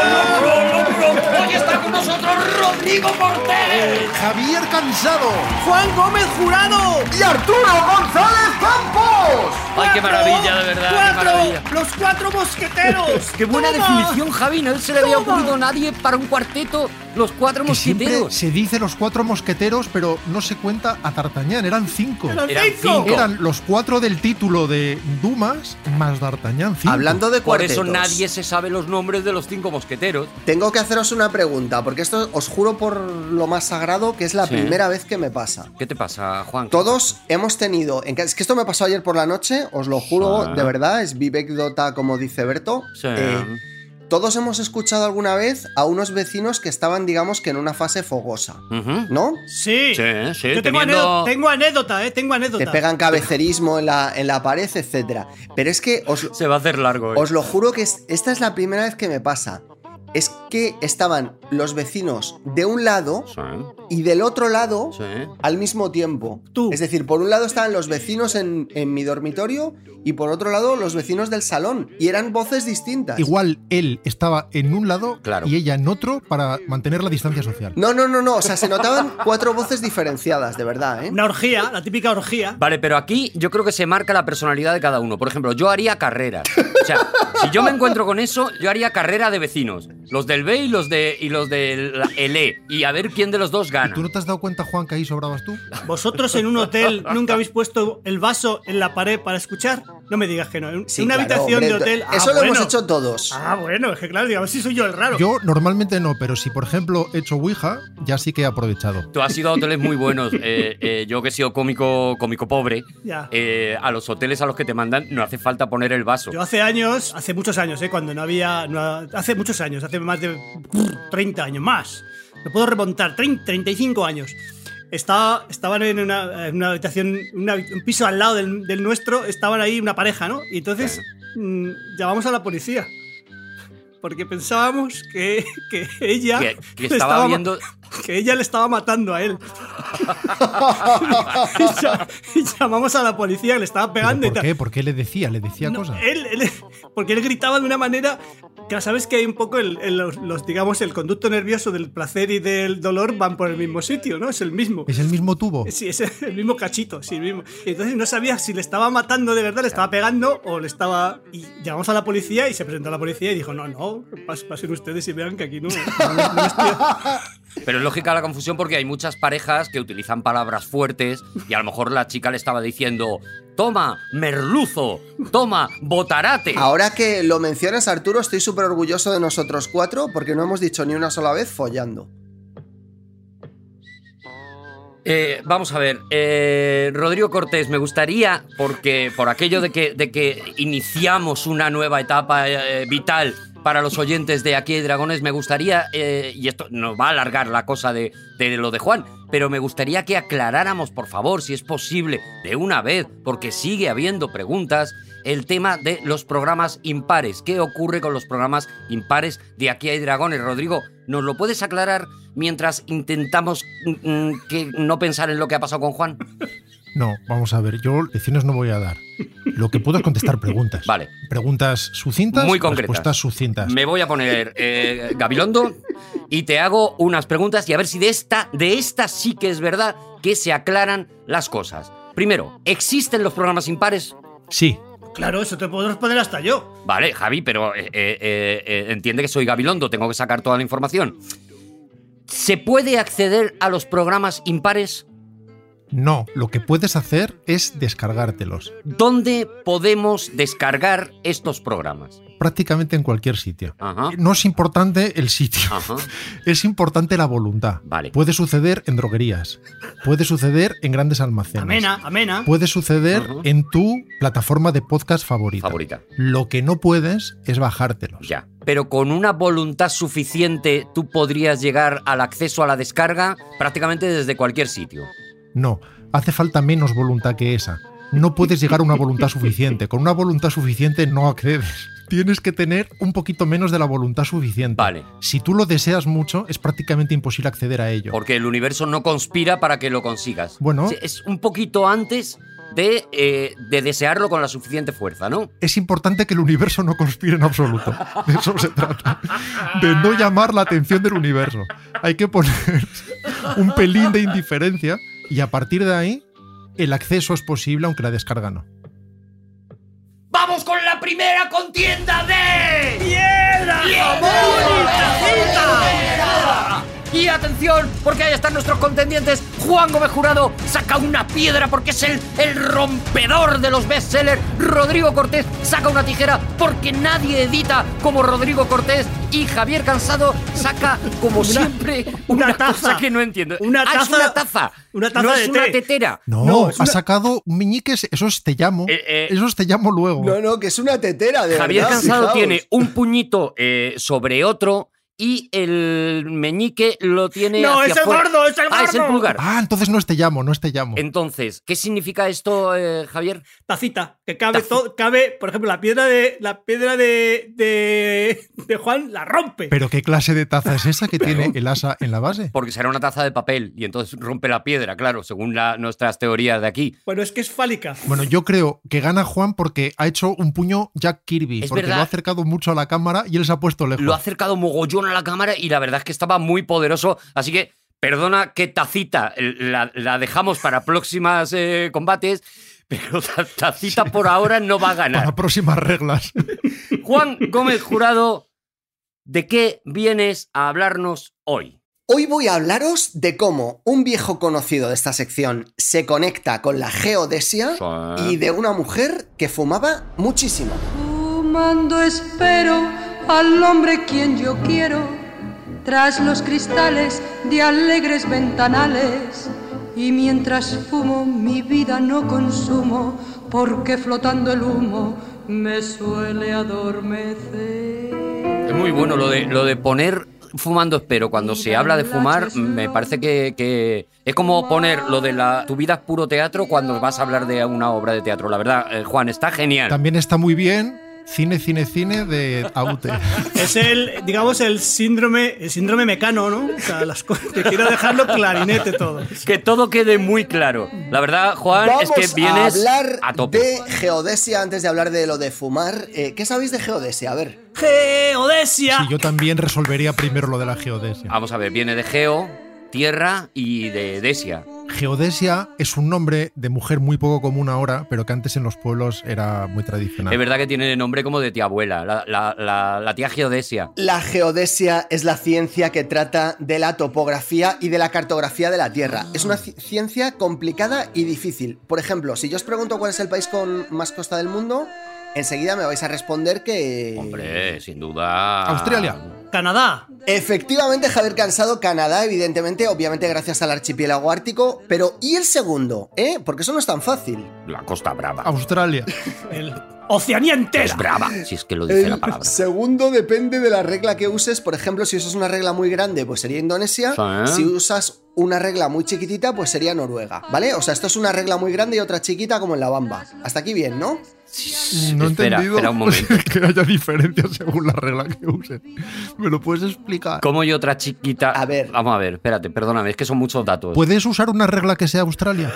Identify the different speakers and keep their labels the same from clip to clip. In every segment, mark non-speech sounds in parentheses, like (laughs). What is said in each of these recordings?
Speaker 1: dragones. Hoy está con nosotros Rodrigo Portel.
Speaker 2: Javier Cansado
Speaker 3: Juan Gómez Jurado.
Speaker 2: y Arturo González Campos.
Speaker 1: Ay, qué maravilla, de verdad, qué
Speaker 3: Cuatro,
Speaker 1: maravilla.
Speaker 3: los cuatro mosqueteros.
Speaker 4: ¡Qué buena
Speaker 3: Toma.
Speaker 4: definición, Javi! No se le había
Speaker 3: Toma.
Speaker 4: ocurrido a nadie para un cuarteto los cuatro
Speaker 2: Que siempre
Speaker 4: mosqueteros.
Speaker 2: se dice los cuatro mosqueteros, pero no se cuenta a D'Artagnan, eran cinco.
Speaker 3: Eran
Speaker 4: Eran
Speaker 3: cinco.
Speaker 4: cinco.
Speaker 2: Eran los cuatro del título de Dumas más D'Artagnan. cinco.
Speaker 5: Hablando de
Speaker 4: Por
Speaker 5: cuartetos,
Speaker 4: eso nadie se sabe los nombres de los cinco mosqueteros.
Speaker 5: tengo que haceros una pregunta, porque esto os juro por lo más sagrado que es la
Speaker 4: Sí.
Speaker 5: primera vez que me pasa.
Speaker 4: ¿Qué te pasa, Juan?
Speaker 5: Todos hemos tenido, en ca- es que esto me pasó ayer por la noche, os lo juro
Speaker 4: Sí.
Speaker 5: de verdad, es vivecdota como dice Berto.
Speaker 4: Sí.
Speaker 5: Eh, todos hemos escuchado alguna vez a unos vecinos que estaban, digamos que en una fase fogosa,
Speaker 4: Ujú.
Speaker 5: ¿no?
Speaker 3: Sí.
Speaker 4: Sí, sí,
Speaker 3: Yo tengo,
Speaker 4: teniendo-
Speaker 3: anécdota, tengo anécdota, eh. Tengo anécdota.
Speaker 5: Te pegan cabecerismo en la, en la pared, etcétera. Pero es que os,
Speaker 4: Se va a hacer largo. eh.
Speaker 5: Os lo juro que es- esta es la primera vez que me pasa. Es que estaban los vecinos de un lado
Speaker 4: Sí,
Speaker 5: y del otro lado
Speaker 4: sí.
Speaker 5: al mismo tiempo.
Speaker 3: Tú.
Speaker 5: Es decir, por un lado estaban los vecinos en, en mi dormitorio y por otro lado los vecinos del salón. Y eran voces distintas.
Speaker 2: Igual él estaba en un lado
Speaker 4: Claro.
Speaker 2: y ella en otro para mantener la distancia social.
Speaker 5: No, no, no, no. O sea, se notaban (laughs) cuatro voces diferenciadas, de verdad, ¿eh?
Speaker 3: Una orgía, la típica orgía.
Speaker 4: Vale, pero aquí yo creo que se marca la personalidad de cada uno. Por ejemplo, yo haría carreras. O sea, si yo me encuentro con eso, yo haría carrera de vecinos. Los del B y los de y los del E. Y a ver quién de los dos
Speaker 2: ¿Tú
Speaker 4: gana.
Speaker 2: no te has dado cuenta, Juan, que ahí sobrabas tú?
Speaker 3: ¿Vosotros en un hotel nunca habéis puesto el vaso en la pared para escuchar? No me digas que no. En
Speaker 5: Sí,
Speaker 3: una
Speaker 5: claro,
Speaker 3: habitación
Speaker 5: hombre,
Speaker 3: de hotel. Ah,
Speaker 5: Eso lo hemos
Speaker 3: bueno.
Speaker 5: hecho todos.
Speaker 3: Ah, bueno, es que claro, digamos, si soy yo el raro.
Speaker 2: Yo normalmente no, pero si por ejemplo he hecho Ouija, ya sí que he aprovechado.
Speaker 4: Tú has ido a hoteles muy buenos. Eh, eh, yo que he sido cómico, cómico pobre,
Speaker 3: Ya.
Speaker 4: eh, a los hoteles a los que te mandan no hace falta poner el vaso.
Speaker 3: Yo hace años, hace muchos años, ¿eh? cuando no había. no ha- hace muchos años, hace más de brr, 30 años más. Me puedo remontar, 30, 35 años. Estaba, estaban en una, en una habitación, una habi- un piso al lado del, del nuestro, estaban ahí una pareja, ¿no? Y entonces mm, llamamos a la policía. Porque pensábamos que, que ella.
Speaker 4: que, que
Speaker 3: le (laughs)
Speaker 4: estaba
Speaker 3: ma-
Speaker 4: viendo.
Speaker 3: que ella le estaba matando
Speaker 4: (laughs)
Speaker 3: a él. (laughs) y, ll- y llamamos a la policía que le estaba
Speaker 2: ¿Pero
Speaker 3: pegando y
Speaker 2: ¿Por
Speaker 3: tal.
Speaker 2: qué? ¿Por qué le decía? ¿Le decía
Speaker 3: No, eh.
Speaker 2: cosas?
Speaker 3: él- él- porque él gritaba de una manera que ya sabes que hay un poco el, el- los, los, digamos el conducto nervioso del placer y del dolor van por el mismo sitio, ¿no? Es el mismo.
Speaker 2: ¿Es el mismo tubo?
Speaker 3: Sí, es el mismo cachito, sí, el mismo. Y entonces no sabía si le estaba matando de verdad, le estaba pegando o le estaba. Y llamamos a la policía y se presentó a la policía y dijo: No, no, pas- pasen ustedes y vean que aquí no. no- no- no estoy-
Speaker 2: (laughs)
Speaker 4: Pero es lógica la confusión porque hay muchas parejas que utilizan palabras fuertes y a lo mejor la chica le estaba diciendo: Toma, merluzo, toma, botarate.
Speaker 5: Ahora que lo mencionas, Arturo, estoy súper orgulloso de nosotros cuatro porque no hemos dicho ni una sola vez follando.
Speaker 4: Eh, vamos a ver, eh, Rodrigo Cortés, me gustaría, porque por aquello de que, de que iniciamos una nueva etapa eh, vital para los oyentes de Aquí hay Dragones, me gustaría, eh, y esto nos va a alargar la cosa de, de lo de Juan, pero me gustaría que aclaráramos, por favor, si es posible, de una vez, porque sigue habiendo preguntas, el tema de los programas impares. ¿Qué ocurre con los programas impares de Aquí hay Dragones, Rodrigo? ¿Nos lo puedes aclarar mientras intentamos mm, mm, que no pensar en lo que ha pasado con Juan?
Speaker 2: No, vamos a ver, yo lecciones no voy a dar. Lo que puedo es contestar preguntas.
Speaker 4: Vale.
Speaker 2: Preguntas sucintas,
Speaker 4: Muy concretas.
Speaker 2: respuestas sucintas.
Speaker 4: Me voy a poner eh, Gabilondo y te hago unas preguntas y a ver si de esta, de esta sí que es verdad que se aclaran las cosas. Primero, ¿existen los programas impares?
Speaker 2: Sí,
Speaker 3: Claro, eso te puedo responder hasta yo.
Speaker 4: Vale, Javi, pero eh, eh, eh, eh, entiende que soy Gabilondo, tengo que sacar toda la información. ¿Se puede acceder a los programas impares?
Speaker 2: no, lo que puedes hacer es descargártelos,
Speaker 4: ¿Dónde podemos descargar estos programas?
Speaker 2: prácticamente en cualquier sitio.
Speaker 4: Ajá.
Speaker 2: No es importante el sitio,
Speaker 4: Ajá.
Speaker 2: (laughs) es importante la voluntad.
Speaker 4: Vale.
Speaker 2: Puede suceder en droguerías, puede suceder en grandes almacenes,
Speaker 3: Amena, amena.
Speaker 2: puede suceder
Speaker 4: Ajá.
Speaker 2: en tu plataforma de podcast favorita.
Speaker 4: Favorita.
Speaker 2: Lo que no puedes es bajártelos.
Speaker 4: Ya. pero con una voluntad suficiente tú podrías llegar al acceso a la descarga prácticamente desde cualquier sitio.
Speaker 2: No, hace falta menos voluntad que esa. No puedes llegar a una voluntad suficiente. Con una voluntad suficiente no accedes. Tienes que tener un poquito menos de la voluntad suficiente.
Speaker 4: Vale.
Speaker 2: Si tú lo deseas mucho, es prácticamente imposible acceder a ello.
Speaker 4: Porque el universo no conspira para que lo consigas.
Speaker 2: Bueno.
Speaker 4: Sí, Es un poquito antes de, eh, de desearlo con la suficiente fuerza, ¿no?
Speaker 2: Es importante que el universo no conspire en absoluto. De eso se trata. De no llamar la atención del universo. Hay que poner un pelín de indiferencia y a partir de ahí el acceso es posible aunque la descarga no.
Speaker 1: ¡Vamos con la primera contienda de.
Speaker 3: ¡Piedra!
Speaker 4: Y atención, porque ahí están nuestros contendientes. Juan Gómez Jurado saca una piedra porque es el, el rompedor de los bestsellers. Rodrigo Cortés saca una tijera porque nadie edita como Rodrigo Cortés. Y Javier Cansado saca, como siempre, una,
Speaker 3: una taza.
Speaker 4: cosa que no entiendo.
Speaker 3: Una
Speaker 4: Ah, es
Speaker 3: taza-
Speaker 4: una taza.
Speaker 3: una taza
Speaker 4: no
Speaker 3: de
Speaker 4: es una
Speaker 3: té.
Speaker 4: tetera.
Speaker 2: No,
Speaker 3: No,
Speaker 2: ha
Speaker 3: es una-
Speaker 2: sacado un meñique, eso es te llamo.
Speaker 4: Eh, eh.
Speaker 2: eso es te llamo luego.
Speaker 5: No, no, que es una tetera de
Speaker 4: Javier
Speaker 5: verdad,
Speaker 4: Cansado
Speaker 5: fijaos.
Speaker 4: tiene un puñito eh, sobre otro y el meñique lo tiene
Speaker 3: No,
Speaker 4: hacia
Speaker 3: es el
Speaker 4: afuera.
Speaker 3: gordo, es el
Speaker 4: Ah, es el
Speaker 3: gordo.
Speaker 4: pulgar.
Speaker 2: Ah, entonces no es te llamo, no es te llamo.
Speaker 4: Entonces, ¿qué significa esto, eh, Javier?
Speaker 3: Tacita, que cabe,
Speaker 4: Taci-
Speaker 3: todo, cabe, por ejemplo, la piedra de la piedra de, de, de Juan la rompe.
Speaker 2: Pero qué clase de taza es esa que tiene el asa en la base?
Speaker 4: Porque será una taza de papel y entonces rompe la piedra, claro, según la- nuestras teorías de aquí.
Speaker 3: bueno, es que es fálica.
Speaker 2: Bueno, yo creo que gana Juan porque ha hecho un puño Jack Kirby,
Speaker 4: Es
Speaker 2: porque
Speaker 4: verdad.
Speaker 2: lo ha acercado mucho a la cámara y él se ha puesto lejos.
Speaker 4: Lo ha acercado mogollón a la cámara y la verdad es que estaba muy poderoso, así que perdona que tacita, el- la, la dejamos para próximas eh, combates, pero ta- tacita por ahora no va a ganar.
Speaker 2: (laughs) Para próximas reglas.
Speaker 4: Juan Gómez Jurado, ¿de qué vienes a hablarnos hoy?
Speaker 5: Hoy voy a hablaros de cómo un viejo conocido de esta sección se conecta con la geodesia y de una mujer que fumaba muchísimo.
Speaker 6: Fumando espero al hombre quien yo quiero, tras los cristales de alegres ventanales. Y mientras fumo mi vida no consumo, porque flotando el humo me suele adormecer.
Speaker 4: Es muy bueno lo de, lo de poner fumando espero. Cuando se habla de fumar, me parece que, que es como poner lo de la tu vida es puro teatro cuando vas a hablar de una obra de teatro. La verdad, eh, Juan, está genial.
Speaker 2: También está muy bien cine, cine, cine de
Speaker 4: (laughs)
Speaker 2: Aute.
Speaker 3: Es el, digamos, el síndrome, el síndrome mecano, ¿no? O sea, las cosas, que quiero dejarlo clarinete todo.
Speaker 4: Que todo quede muy claro. La verdad, Juan,
Speaker 5: Vamos
Speaker 4: es que vienes
Speaker 5: a hablar
Speaker 4: a tope.
Speaker 5: de geodesia antes de hablar de lo de fumar. Eh, ¿Qué sabéis de geodesia? A ver.
Speaker 3: Geodesia.
Speaker 2: Sí, yo también resolvería primero lo de la geodesia.
Speaker 4: Vamos a ver, viene de Geo, Tierra y de Desia.
Speaker 2: Geodesia es un nombre de mujer muy poco común ahora, pero que antes en los pueblos era muy tradicional.
Speaker 4: Es verdad que tiene nombre como de tía abuela, la, la- la- la tía Geodesia.
Speaker 5: La geodesia es la ciencia que trata de la topografía y de la cartografía de la Tierra. Es una ci- ciencia complicada y difícil. Por ejemplo, si yo os pregunto cuál es el país con más costa del mundo, enseguida me vais a responder que...
Speaker 4: Hombre, sin duda.
Speaker 2: Eh. Australia.
Speaker 3: Canadá.
Speaker 5: Efectivamente, Javier Cansado, Canadá, evidentemente, obviamente gracias al archipiélago ártico, pero ¿y el segundo? ¿Eh? Porque eso no es tan fácil.
Speaker 4: La Costa Brava.
Speaker 2: Australia.
Speaker 3: El Oceanía
Speaker 4: Es
Speaker 3: entera.
Speaker 4: brava, si es que lo dice la palabra.
Speaker 5: segundo depende de la regla que uses. Por ejemplo, si usas una regla muy grande, pues sería Indonesia.
Speaker 4: Sí.
Speaker 5: Si usas una regla muy chiquitita, pues sería Noruega. ¿Vale? O sea, esto es una regla muy grande y otra chiquita como en la bamba. Hasta aquí bien, ¿no?
Speaker 2: No
Speaker 4: espera,
Speaker 2: he entendido (laughs)
Speaker 4: espera un momento.
Speaker 2: que haya diferencias según la regla que uses. ¿Me lo puedes explicar?
Speaker 4: ¿Cómo y otra chiquita?
Speaker 5: A ver. Pues-
Speaker 4: Vamos a ver, espérate, perdóname, es que son muchos datos.
Speaker 2: ¿Puedes usar una regla que sea Australia?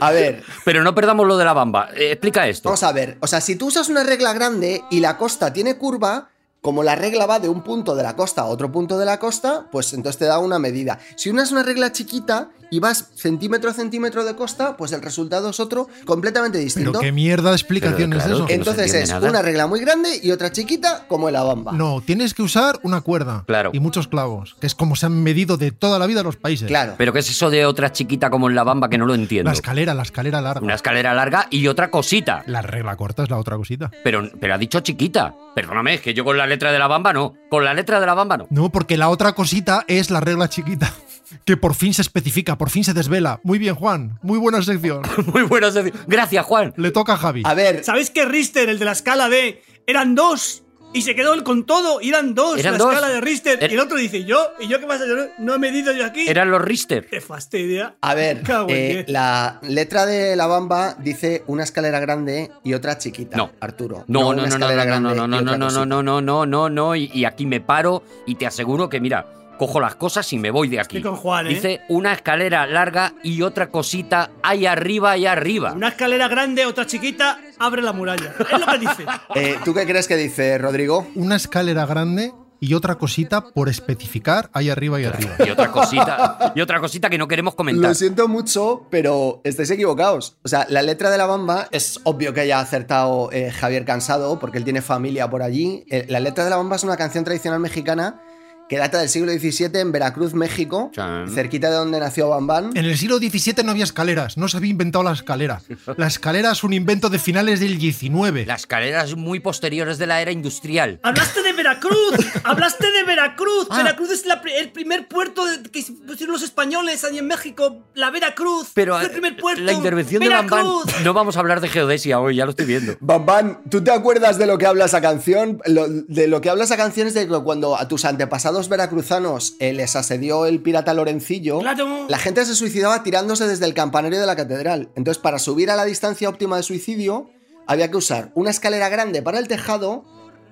Speaker 5: A
Speaker 4: (laughs)
Speaker 5: ver,
Speaker 4: Pero no perdamos lo de la bamba. Eh, explica esto.
Speaker 5: Vamos a ver, o sea, si tú usas una regla grande y la costa tiene curva, como la regla va de un punto de la costa a otro punto de la costa, pues entonces te da una medida. Si unas una regla chiquita y vas centímetro a centímetro de costa, pues el resultado es otro completamente
Speaker 2: Pero
Speaker 5: distinto.
Speaker 2: qué mierda de explicación
Speaker 4: Pero,
Speaker 2: es
Speaker 4: claro,
Speaker 2: eso.
Speaker 4: que no se
Speaker 5: Entonces
Speaker 4: entiende
Speaker 5: es
Speaker 4: nada.
Speaker 5: una regla muy grande y otra chiquita como el abamba.
Speaker 2: No, tienes que usar una cuerda
Speaker 4: Claro.
Speaker 2: y muchos clavos, que es como se han medido de toda la vida los países.
Speaker 5: Claro.
Speaker 4: Pero ¿qué es eso de otra chiquita como en la bamba que no lo entiendo?
Speaker 2: La escalera, la escalera larga.
Speaker 4: Una escalera larga y otra cosita.
Speaker 2: La regla corta es la otra cosita.
Speaker 4: Pero, pero ha dicho chiquita. Perdóname, es que yo con la letra de la bamba no. Con la letra de la bamba no. (laughs)
Speaker 2: No, porque la otra cosita es la regla chiquita, (laughs) que por fin se especifica, por fin se desvela. Muy bien, Juan, muy buena
Speaker 4: (laughs)
Speaker 2: sección.
Speaker 4: Muy buena sección. Gracias, Juan.
Speaker 2: Le toca a Javi.
Speaker 5: A ver,
Speaker 3: ¿Sabéis que Rister, el de la escala de, eran dos? Y se quedó él con todo, y eran dos,
Speaker 4: Eran
Speaker 3: la
Speaker 4: dos.
Speaker 3: escala de Richter.
Speaker 4: Er-
Speaker 3: y el otro dice, ¿yo? ¿Y yo qué pasa? Yo no, no he medido yo aquí.
Speaker 4: Eran los Richter.
Speaker 3: Te fastidia.
Speaker 5: A ver,
Speaker 3: (laughs) Cago en
Speaker 5: eh,
Speaker 3: diez.
Speaker 5: la letra de la bamba dice una escalera grande y otra chiquita.
Speaker 4: No.
Speaker 5: Arturo.
Speaker 4: No, no,
Speaker 5: una
Speaker 4: no, no,
Speaker 5: escalera
Speaker 4: no, no,
Speaker 5: grande
Speaker 4: no, no,
Speaker 5: y
Speaker 4: no,
Speaker 5: otra
Speaker 4: no, no,
Speaker 5: cosita.
Speaker 4: no, no, no, no, no. Y y aquí me paro y te aseguro que, mira, cojo las cosas y me voy de aquí.
Speaker 3: Estoy con Juan, ¿eh?
Speaker 4: Dice una escalera larga y otra cosita ahí arriba, ahí arriba.
Speaker 3: Una escalera grande, otra chiquita, abre la muralla. Es lo que dice.
Speaker 5: Eh, ¿Tú qué crees que dice, Rodrigo?
Speaker 2: Una escalera grande y otra cosita por especificar ahí arriba y arriba.
Speaker 4: Y otra cosita, y otra cosita que no queremos comentar.
Speaker 5: Lo siento mucho, pero estáis equivocados. O sea, la letra de la bamba es obvio que haya acertado eh, Javier Cansado, porque él tiene familia por allí. Eh, la letra de la bamba es una canción tradicional mexicana que data del siglo XVII en Veracruz, México,
Speaker 4: Chan.
Speaker 5: cerquita de donde nació Bambán.
Speaker 2: En el siglo XVII no había escaleras, no se había inventado la escalera. La escalera es un invento de finales del XIX.
Speaker 4: Las escaleras muy posteriores de la era industrial.
Speaker 3: Hablaste de Veracruz, hablaste de Veracruz.
Speaker 4: Ah.
Speaker 3: Veracruz es la pri- el primer puerto de- que pusieron los españoles allí en México. La Veracruz.
Speaker 4: Pero
Speaker 3: fue el
Speaker 4: eh,
Speaker 3: primer puerto.
Speaker 4: la intervención de Van Van,
Speaker 3: Veracruz.
Speaker 4: no vamos a hablar de geodesia hoy, ya lo estoy viendo.
Speaker 5: Bambán, ¿tú te acuerdas de lo que habla esa canción? Lo- de lo que habla esa canción es de que cuando a tus antepasados veracruzanos eh, les asedió el pirata Lorencillo,
Speaker 3: Claro.
Speaker 5: la gente se suicidaba tirándose desde el campanario de la catedral. Entonces, para subir a la distancia óptima de suicidio, había que usar una escalera grande para el tejado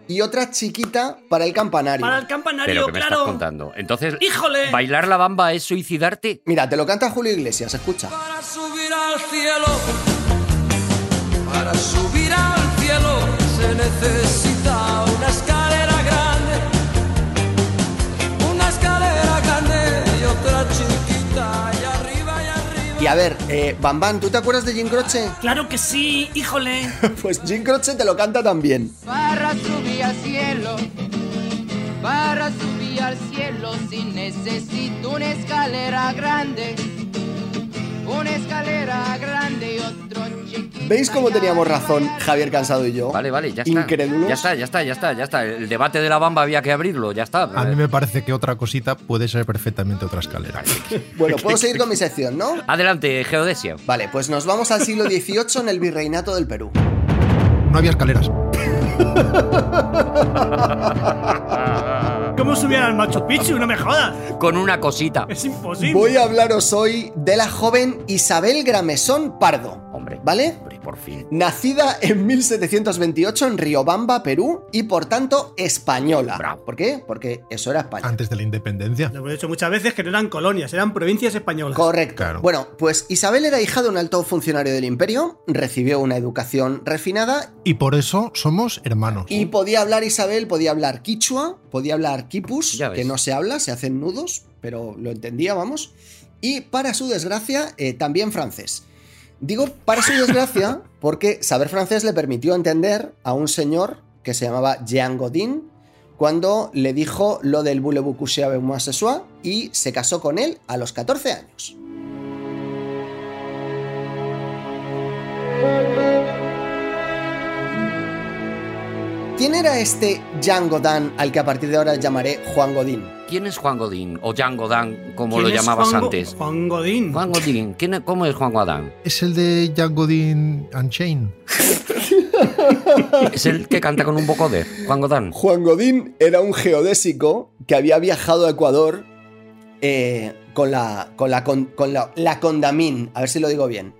Speaker 5: y otra chiquita para el campanario.
Speaker 3: Para el campanario,
Speaker 4: Pero que me
Speaker 3: claro.
Speaker 4: estás contando. Entonces,
Speaker 3: ¡Híjole!
Speaker 4: ¿bailar la bamba es suicidarte?
Speaker 5: Mira, te lo canta Julio Iglesias, escucha.
Speaker 7: Para subir al cielo, para subir al cielo se necesita una escalera grande, una escalera grande y otra chiquita y arriba y arriba.
Speaker 5: Y a ver, eh, Bambán, ¿tú te acuerdas de Jim Croce?
Speaker 3: Claro que sí, híjole.
Speaker 5: (laughs) Pues Jim Croce te lo canta también.
Speaker 8: Para subir al cielo, para subir al cielo, si necesito una escalera grande, una escalera grande y otro chiquito.
Speaker 5: ¿Veis cómo teníamos razón Javier Cansado y yo?
Speaker 4: Vale, vale, ya está.
Speaker 5: Incrédulos.
Speaker 4: Ya está, ya está, ya está, ya está. El debate de la bamba había que abrirlo, ya está.
Speaker 2: A mí me parece que otra cosita puede ser perfectamente otra escalera.
Speaker 5: Bueno,
Speaker 4: (laughs)
Speaker 5: puedo seguir con mi sección, ¿no?
Speaker 4: Adelante, geodesia.
Speaker 5: Vale, pues nos vamos al siglo XVIII en el virreinato del Perú.
Speaker 2: No había escaleras.
Speaker 3: ¿Cómo subían al Machu Picchu? No me jodas.
Speaker 4: Con una cosita.
Speaker 3: Es imposible.
Speaker 5: Voy a hablaros hoy de la joven Isabel Gramesón Pardo.
Speaker 4: Hombre.
Speaker 5: ¿Vale?
Speaker 4: Hombre, por fin.
Speaker 5: Nacida en 1728 en Riobamba, Perú, y por tanto española.
Speaker 4: Bravo.
Speaker 5: ¿Por qué? Porque eso era España.
Speaker 2: Antes de la independencia.
Speaker 3: Lo hemos dicho muchas veces que no eran colonias, eran provincias españolas.
Speaker 5: Correcto.
Speaker 2: Claro.
Speaker 5: Bueno, pues Isabel era hija de un alto funcionario del imperio, recibió una educación refinada
Speaker 2: Y por eso somos hermanos.
Speaker 4: Pues
Speaker 5: Y podía hablar Isabel, podía hablar quichua, podía hablar quipus,
Speaker 4: Ya ves.
Speaker 5: que no se habla, se hacen nudos, pero lo entendía, vamos. Y para su desgracia, eh, también francés. Digo para su
Speaker 4: (laughs)
Speaker 5: desgracia porque saber francés le permitió entender a un señor que se llamaba Jean Godin cuando le dijo lo del voulez-vous coucher avec moi ce soir y se casó con él a los 14 años. ¿Quién era este Jean Godin al que a partir de ahora llamaré Juan Godin?
Speaker 4: ¿Quién es Juan Godín? O Jan Godán, como
Speaker 3: ¿Quién
Speaker 4: lo
Speaker 3: es
Speaker 4: llamabas
Speaker 3: Juan Go-
Speaker 4: antes.
Speaker 3: Juan Godín.
Speaker 4: Juan Godín, ¿quién es- ¿cómo es Juan Godán?
Speaker 2: Es el de Jan Godin Unchained.
Speaker 4: Es el que canta con un poco de Juan Godán.
Speaker 5: Juan Godín era un geodésico que había viajado a Ecuador eh, con, la, con, la, con, con la, la Condamín, a ver si lo digo bien.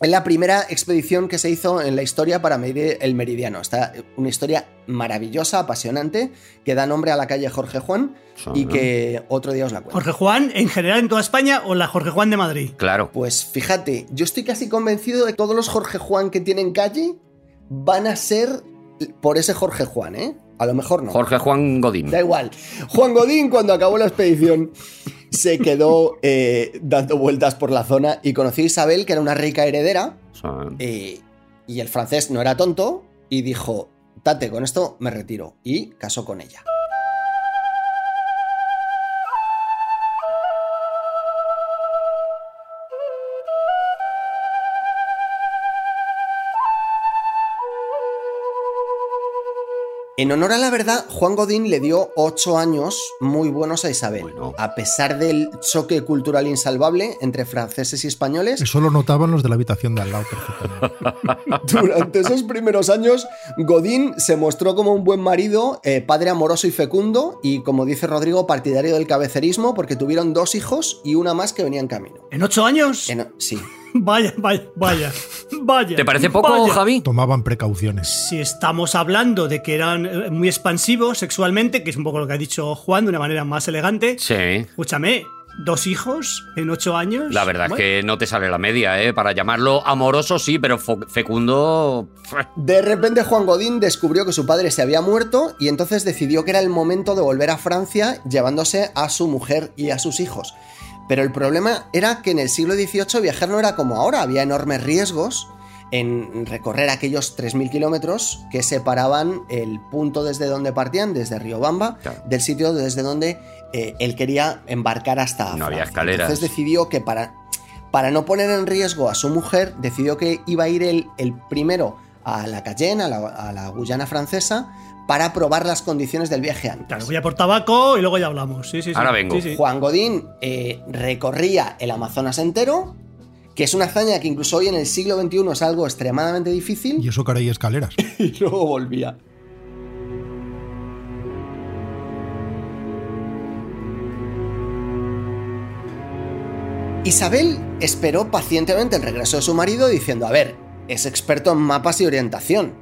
Speaker 5: Es la primera expedición que se hizo en la historia para medir el meridiano. Está eh, una historia maravillosa, apasionante, que da nombre a la calle Jorge Juan y que otro día os la cuento.
Speaker 3: Jorge Juan, en general en toda España, o la Jorge Juan de Madrid.
Speaker 4: Claro.
Speaker 5: Pues fíjate, yo estoy casi convencido de que todos los Jorge Juan que tienen calle van a ser por ese Jorge Juan, ¿eh? A lo mejor no.
Speaker 4: Jorge Juan Godín.
Speaker 5: Da igual. Juan Godín, cuando acabó la expedición, se quedó eh, dando vueltas por la zona y conoció a Isabel, que era una rica heredera,
Speaker 4: O sea,
Speaker 5: eh, y el francés no era tonto, y dijo, date, con esto me retiro, y casó con ella. En honor a la verdad, Juan Godín le dio ocho años muy buenos a Isabel,
Speaker 4: Bueno.
Speaker 5: a pesar del choque cultural insalvable entre franceses y españoles.
Speaker 2: Eso lo notaban los de la habitación de al lado perfectamente.
Speaker 5: Durante esos primeros años, Godín se mostró como un buen marido, eh, padre amoroso y fecundo, y como dice Rodrigo, partidario del cabecerismo, porque tuvieron dos hijos y una más que venía en camino.
Speaker 3: ¿En ocho años?
Speaker 5: Eh, no, sí.
Speaker 3: (laughs) Vaya, vaya, vaya. Vaya.
Speaker 4: ¿Te parece poco,
Speaker 3: vaya.
Speaker 4: Javi?
Speaker 2: Tomaban precauciones.
Speaker 3: Si estamos hablando de que eran eh, muy expansivos sexualmente, que es un poco lo que ha dicho Juan de una manera más elegante,
Speaker 4: Sí.
Speaker 3: escúchame, dos hijos en ocho años.
Speaker 4: La verdad es que no te sale la media, ¿eh? Para llamarlo amoroso sí, pero fo- fecundo...
Speaker 5: De repente Juan Godín descubrió que su padre se había muerto y entonces decidió que era el momento de volver a Francia llevándose a su mujer y a sus hijos. Pero el problema era que en el siglo XVIII viajar no era como ahora, había enormes riesgos en recorrer aquellos 3.000 kilómetros que separaban el punto desde donde partían, desde Riobamba,
Speaker 4: Claro.
Speaker 5: del sitio desde donde eh, él quería embarcar hasta...
Speaker 4: No había
Speaker 5: Francia.
Speaker 4: escaleras.
Speaker 5: Entonces decidió que para, para no poner en riesgo a su mujer, decidió que iba a ir el, el primero a la Cayenne, a la, a la Guyana francesa, para probar las condiciones del viaje antes.
Speaker 3: Claro, voy a por tabaco y luego ya hablamos. Sí, sí, sí.
Speaker 4: Ahora vengo.
Speaker 3: Sí, sí.
Speaker 5: Juan Godín eh, recorría el Amazonas entero, que es una hazaña que incluso hoy en el siglo XXI es algo extremadamente
Speaker 2: Y
Speaker 5: difícil,
Speaker 2: eso que ahora hay escaleras.
Speaker 5: (laughs) y luego volvía. Isabel esperó pacientemente el regreso de su marido diciendo, a ver, es experto en mapas y orientación,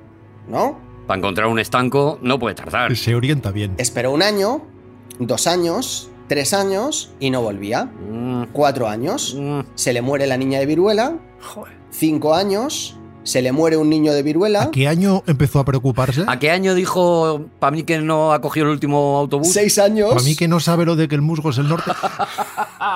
Speaker 5: ¿no?
Speaker 4: Para encontrar un estanco no puede tardar.
Speaker 2: Se orienta bien.
Speaker 5: Esperó un año, dos años, tres años y no volvía.
Speaker 4: Mm,
Speaker 5: Cuatro años,
Speaker 4: mm.
Speaker 5: se le muere la niña de viruela,
Speaker 3: Joder.
Speaker 5: cinco años, se le muere un niño de viruela,
Speaker 2: ¿A qué año empezó a
Speaker 5: ¿Eh?
Speaker 2: preocuparse?
Speaker 4: ¿A qué año dijo para mí que no ha cogido el último autobús?
Speaker 5: seis años,
Speaker 2: Para mí que no sabe lo de que el musgo es
Speaker 4: (laughs)
Speaker 2: el norte.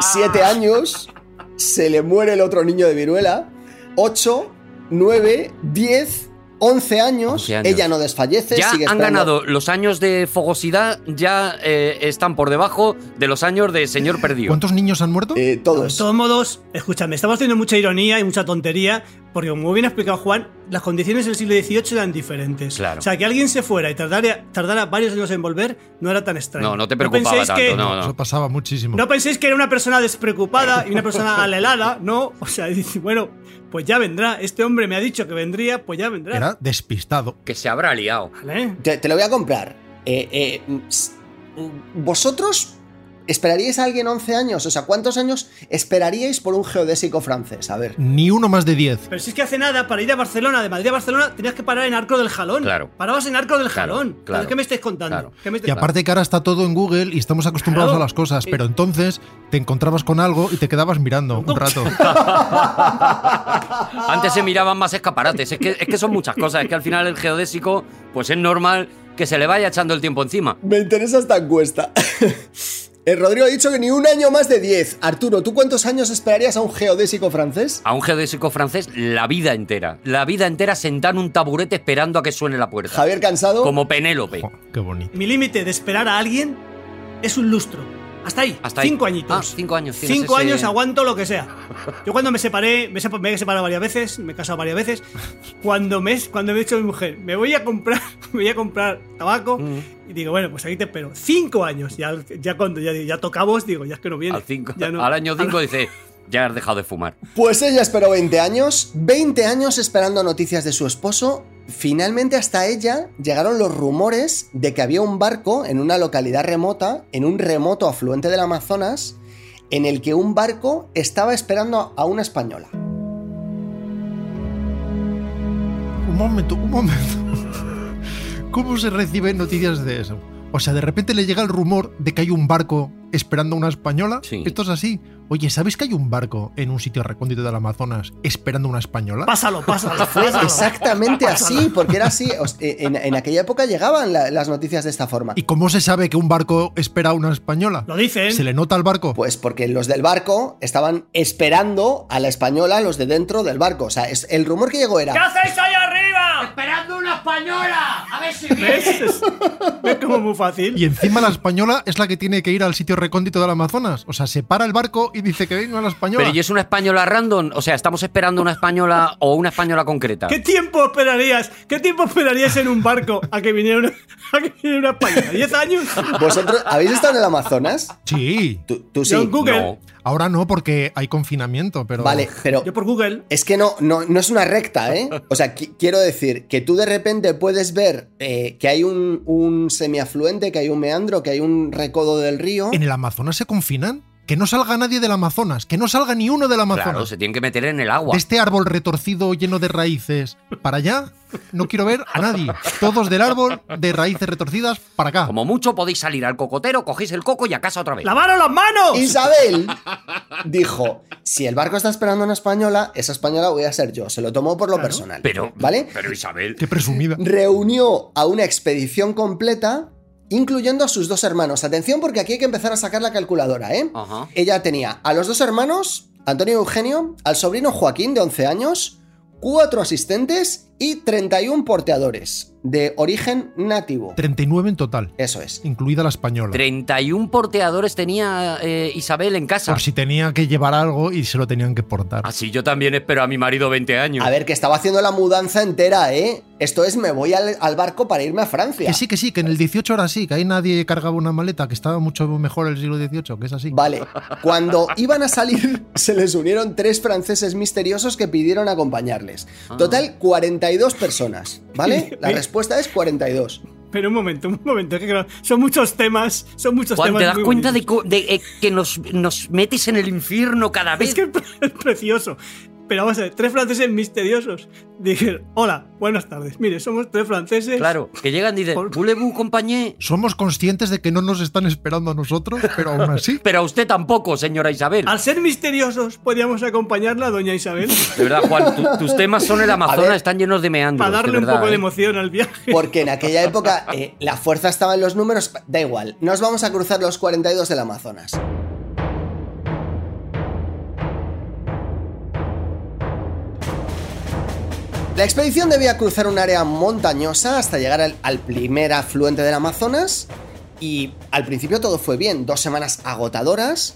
Speaker 5: siete años, se le muere el otro niño de viruela, ocho, nueve, diez, once años,
Speaker 4: Once años.
Speaker 5: ella no desfallece,
Speaker 4: Ya
Speaker 5: sigue
Speaker 4: han
Speaker 5: esperando.
Speaker 4: ganado los años de fogosidad, ya eh, están por debajo de los años de señor perdido.
Speaker 2: ¿Cuántos niños han muerto?
Speaker 5: Eh,
Speaker 3: De
Speaker 5: todos.
Speaker 3: todos modos, escúchame, estamos haciendo mucha ironía y mucha tontería, porque como bien ha explicado Juan, las condiciones del siglo XVIII eran diferentes.
Speaker 4: Claro.
Speaker 3: O sea, que alguien se fuera y tardara, tardara varios años en volver no era tan extraño.
Speaker 4: No, no te preocupaba
Speaker 3: penséis
Speaker 4: tanto,
Speaker 3: que-
Speaker 4: no,
Speaker 2: Eso
Speaker 4: no.
Speaker 2: pasaba muchísimo.
Speaker 3: No penséis que era una persona despreocupada y una
Speaker 4: (laughs)
Speaker 3: persona alelada, ¿no? O sea, dice, bueno, pues ya vendrá. Este hombre me ha dicho que vendría, pues ya vendrá.
Speaker 2: Era despistado.
Speaker 4: Que se habrá liado.
Speaker 3: ¿Vale?
Speaker 5: Te, te lo voy a comprar. Eh, eh, s- ¿Vosotros esperaríais a alguien 11 años? O sea, ¿cuántos años esperaríais por un geodésico francés? A ver.
Speaker 2: Ni uno más de 10.
Speaker 3: Pero si es que hace nada, para ir a Barcelona, de Madrid a Barcelona, tenías que parar en Arco del Jalón.
Speaker 4: Claro.
Speaker 3: Parabas en Arco del
Speaker 4: Claro,
Speaker 3: Jalón.
Speaker 4: claro.
Speaker 3: ¿Qué me estáis contando?
Speaker 4: Claro.
Speaker 3: ¿Qué me
Speaker 2: Y
Speaker 3: estáis-
Speaker 2: aparte que ahora está todo en Google y estamos acostumbrados
Speaker 3: Claro.
Speaker 2: a las cosas, pero entonces te encontrabas con algo y te quedabas mirando
Speaker 3: (laughs)
Speaker 2: un rato.
Speaker 4: Antes se miraban más escaparates. Es que, es que son muchas cosas. Es que al final el geodésico, pues es normal que se le vaya echando el tiempo encima.
Speaker 5: Me interesa esta encuesta. (laughs) El Rodrigo ha dicho que ni un año más de 10. Arturo, ¿tú cuántos años esperarías a un geodésico francés?
Speaker 4: A un geodésico francés, la vida entera. La vida entera sentar en un taburete esperando a que suene la puerta.
Speaker 5: Javier Cansado.
Speaker 4: Como Penélope.
Speaker 2: Jo, qué bonito.
Speaker 3: Mi límite de esperar a alguien es un lustro. Hasta ahí.
Speaker 4: Hasta ahí.
Speaker 3: Cinco
Speaker 4: Ah,
Speaker 3: añitos.
Speaker 4: cinco años, tienes
Speaker 3: Cinco
Speaker 4: ese-
Speaker 3: años aguanto lo que sea. Yo cuando me separé, me, sepa- me he separado varias veces, me he casado varias veces. Cuando me, cuando me he dicho a mi mujer, me voy a comprar, (laughs) me voy a comprar tabaco.
Speaker 4: Mm.
Speaker 3: Y digo, bueno, pues aquí te espero. Cinco años. Ya, ya cuando ya, ya tocamos, digo, ya es que no viene.
Speaker 4: Al, cinco-
Speaker 3: Ya no.
Speaker 4: al año 5 dice, ya has dejado de fumar.
Speaker 5: Pues ella esperó 20 años, 20 años esperando noticias de su esposo. Finalmente hasta ella llegaron los rumores de que había un barco en una localidad remota, en un remoto afluente del Amazonas, en el que un barco estaba esperando a una española.
Speaker 2: Un momento, un momento. (laughs) ¿Cómo se reciben noticias de eso? O sea, de repente le llega el rumor de que hay un barco esperando a una española.
Speaker 4: Sí.
Speaker 2: Esto es así. Oye, ¿sabéis que hay un barco en un sitio recóndito del Amazonas esperando a una española?
Speaker 3: Pásalo, pásalo. (laughs)
Speaker 4: (laughs)
Speaker 5: Fue
Speaker 3: pásalo.
Speaker 5: exactamente así, porque era así. O sea, En, en aquella época llegaban la- las noticias de esta forma.
Speaker 2: ¿Y cómo se sabe que un barco espera a una española?
Speaker 3: Lo dicen.
Speaker 2: ¿Se le nota al barco?
Speaker 5: Pues porque los del barco estaban esperando a la española, los de dentro del barco. O sea, es- el rumor que llegó era...
Speaker 3: ¿Qué hacéis ahí arriba?
Speaker 1: Ah, ¡Esperando una española! ¡A ver si
Speaker 3: ¿Ves?
Speaker 1: viene!
Speaker 3: Es, es como muy fácil.
Speaker 2: Y encima la española es la que tiene que ir al sitio recóndito del Amazonas. O sea, se para el barco y dice que venga la española.
Speaker 4: Pero ¿y es una española random? O sea, ¿estamos esperando una española o una española concreta?
Speaker 3: ¿Qué tiempo esperarías? ¿Qué tiempo esperarías en un barco a que viniera una, (laughs) a que viniera una española? ¿10 años?
Speaker 5: ¿Vosotros habéis estado en el Amazonas?
Speaker 2: Sí.
Speaker 5: Tú, tú
Speaker 3: Yo
Speaker 5: sí.
Speaker 3: en Google.
Speaker 4: No.
Speaker 2: Ahora no, porque hay confinamiento, pero.
Speaker 5: Vale, pero
Speaker 3: Yo por Google.
Speaker 5: es que no, no, no es una recta, ¿eh? O sea, qui- quiero decir que tú de repente puedes ver eh, que hay un, un semiafluente, que hay un meandro, que hay un recodo del río.
Speaker 2: ¿En el Amazonas se confinan? Que no salga nadie del Amazonas, que no salga ni uno del
Speaker 4: Claro,
Speaker 2: Amazonas.
Speaker 4: se tienen que meter en el agua.
Speaker 2: de este árbol retorcido lleno de raíces para allá, no quiero ver a nadie. Todos del árbol de raíces retorcidas para acá.
Speaker 4: Como mucho podéis salir al cocotero, cogéis el coco y a casa otra vez.
Speaker 3: ¡Lavaros las manos!
Speaker 5: Isabel dijo: Si el barco está esperando una española, esa española voy a ser yo. Se lo tomó por lo personal.
Speaker 4: Pero,
Speaker 5: ¿Vale?
Speaker 4: pero Isabel,
Speaker 2: Qué
Speaker 4: (laughs)
Speaker 2: presumida.
Speaker 5: reunió a una expedición completa, incluyendo a sus dos hermanos. Atención, porque aquí hay que empezar a sacar la calculadora, ¿eh?
Speaker 4: Ajá.
Speaker 5: Ella tenía a los dos hermanos, Antonio y Eugenio, al sobrino Joaquín, de 11 años, cuatro asistentes y 31 porteadores, de origen nativo.
Speaker 2: 39 en total,
Speaker 5: Eso es.
Speaker 2: incluida la española.
Speaker 4: 31 porteadores tenía eh, Isabel en casa.
Speaker 2: Por si tenía que llevar algo y se lo tenían que portar.
Speaker 4: Así yo también espero a mi marido 20 años.
Speaker 5: A ver, que estaba haciendo la mudanza entera, ¿eh? Esto es, me voy al, al barco para irme a Francia.
Speaker 2: Que sí, que sí, que en el 18 ahora sí, que ahí nadie cargaba una maleta, que estaba mucho mejor el siglo XVIII, que es así.
Speaker 5: Vale, cuando iban a salir
Speaker 2: (laughs)
Speaker 5: se les unieron tres franceses misteriosos que pidieron acompañarles.
Speaker 2: Ah.
Speaker 5: Total, 42 personas,
Speaker 2: (laughs)
Speaker 5: ¿vale? La respuesta es 42.
Speaker 3: Pero un momento, un momento. que claro, son muchos temas. Son muchos
Speaker 4: Juan,
Speaker 3: temas.
Speaker 4: ¿te das
Speaker 3: Este muy
Speaker 4: cuenta
Speaker 3: bonitos.
Speaker 4: de, co- de, eh, que nos, nos metes en el infierno cada vez?
Speaker 3: Es que es pre- (laughs) es precioso. Pero vamos a ver, tres franceses misteriosos. Dijeron, hola, buenas tardes. Mire, somos tres franceses.
Speaker 4: Claro, que llegan y dicen,
Speaker 3: Por-
Speaker 4: «Voulez-vous compañé?
Speaker 2: Somos conscientes de que no nos están esperando a nosotros, pero aún así.
Speaker 4: Pero a usted tampoco, señora Isabel.
Speaker 3: Al ser misteriosos, podíamos acompañarla a doña
Speaker 4: (laughs)
Speaker 3: Isabel
Speaker 4: De verdad, Juan, tu- tus temas son el Amazonas,
Speaker 5: ver.
Speaker 4: están llenos de meandros.
Speaker 3: para darle
Speaker 4: de verdad,
Speaker 3: un poco de
Speaker 4: ¿eh?
Speaker 3: emoción al viaje.
Speaker 5: (laughs) Porque en aquella época eh, la fuerza estaba en los números. Da igual, nos vamos a cruzar los 42 del Amazonas. La expedición debía cruzar un área montañosa hasta llegar al, al primer afluente del Amazonas. Y al principio todo fue bien, dos semanas agotadoras.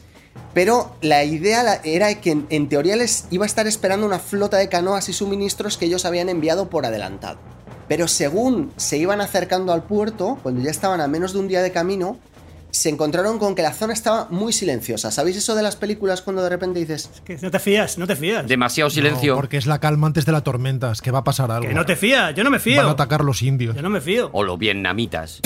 Speaker 5: Pero la idea la- era que en, en teoría les iba a estar esperando una flota de canoas y suministros que ellos habían enviado por adelantado. Pero según se iban acercando al puerto, cuando ya estaban a menos de un día de camino, se encontraron con que la zona estaba muy silenciosa. ¿Sabéis eso de las películas cuando de repente dices, (laughs)
Speaker 3: Que no te fías, no te fías.
Speaker 4: Demasiado (laughs) silencio.
Speaker 2: No, porque es la calma antes de la tormenta, es que va a pasar algo.
Speaker 3: Que no te fías, yo no me
Speaker 2: Van a
Speaker 3: fío.
Speaker 2: atacar los indios.
Speaker 3: Yo no me fío.
Speaker 4: O los vietnamitas.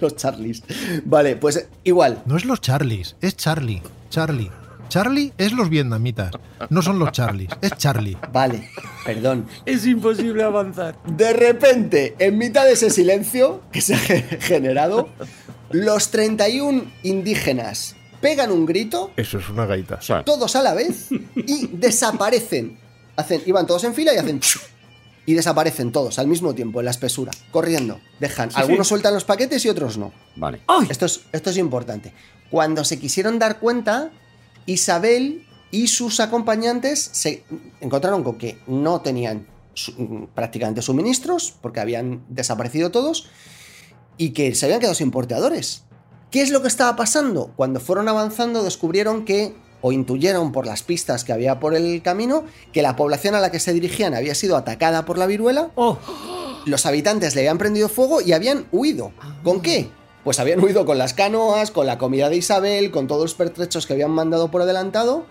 Speaker 5: los Charlies. Vale, pues eh, igual.
Speaker 2: No es los Charlies, es Charlie. Charlie. Charlie es los vietnamitas, no son los Charlies, es Charlie.
Speaker 5: Vale, perdón.
Speaker 4: es imposible avanzar.
Speaker 5: De repente, en mitad de ese silencio que se ha (laughs) ge- generado, los 31 indígenas pegan un grito,
Speaker 9: Eso es una gaita.
Speaker 5: todos a la vez, y desaparecen. Hacen, iban todos en fila y hacen... Y desaparecen todos al mismo tiempo en la espesura, corriendo. Dejan. Algunos sueltan los paquetes y otros no.
Speaker 4: Vale.
Speaker 5: Esto es, esto es importante. Cuando se quisieron dar cuenta, Isabel y sus acompañantes se encontraron con que no tenían su- prácticamente suministros, porque habían desaparecido todos, y que se habían quedado sin porteadores. ¿Qué es lo que estaba pasando? Cuando fueron avanzando descubrieron que, o intuyeron por las pistas que había por el camino, que la población a la que se dirigían había sido atacada por la viruela
Speaker 3: Oh,
Speaker 5: los habitantes le habían prendido fuego y habían huido. ¿Con qué? Pues habían (laughs) huido con las canoas, con la comida de Isabel, con todos los pertrechos que habían mandado por adelantado.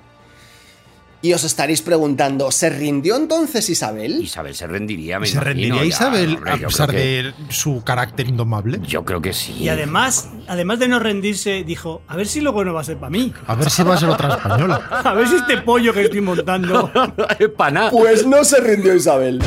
Speaker 5: Y os estaréis preguntando, ¿se rindió entonces Isabel?
Speaker 4: Isabel se rendiría, me
Speaker 2: ¿Se
Speaker 4: imagino,
Speaker 2: rendiría
Speaker 4: ya,
Speaker 2: Isabel
Speaker 4: hombre,
Speaker 2: a
Speaker 4: yo
Speaker 2: pesar
Speaker 4: creo que-
Speaker 2: de su carácter indomable?
Speaker 4: Yo creo que sí.
Speaker 3: y
Speaker 4: (laughs)
Speaker 3: además, además de no rendirse, dijo, a ver si luego no va a ser para mí.
Speaker 2: A ver si va a ser otra española.
Speaker 3: A ver si este pollo que estoy
Speaker 2: (laughs)
Speaker 3: montando.
Speaker 4: Para nada.
Speaker 5: Pues no se rindió Isabel.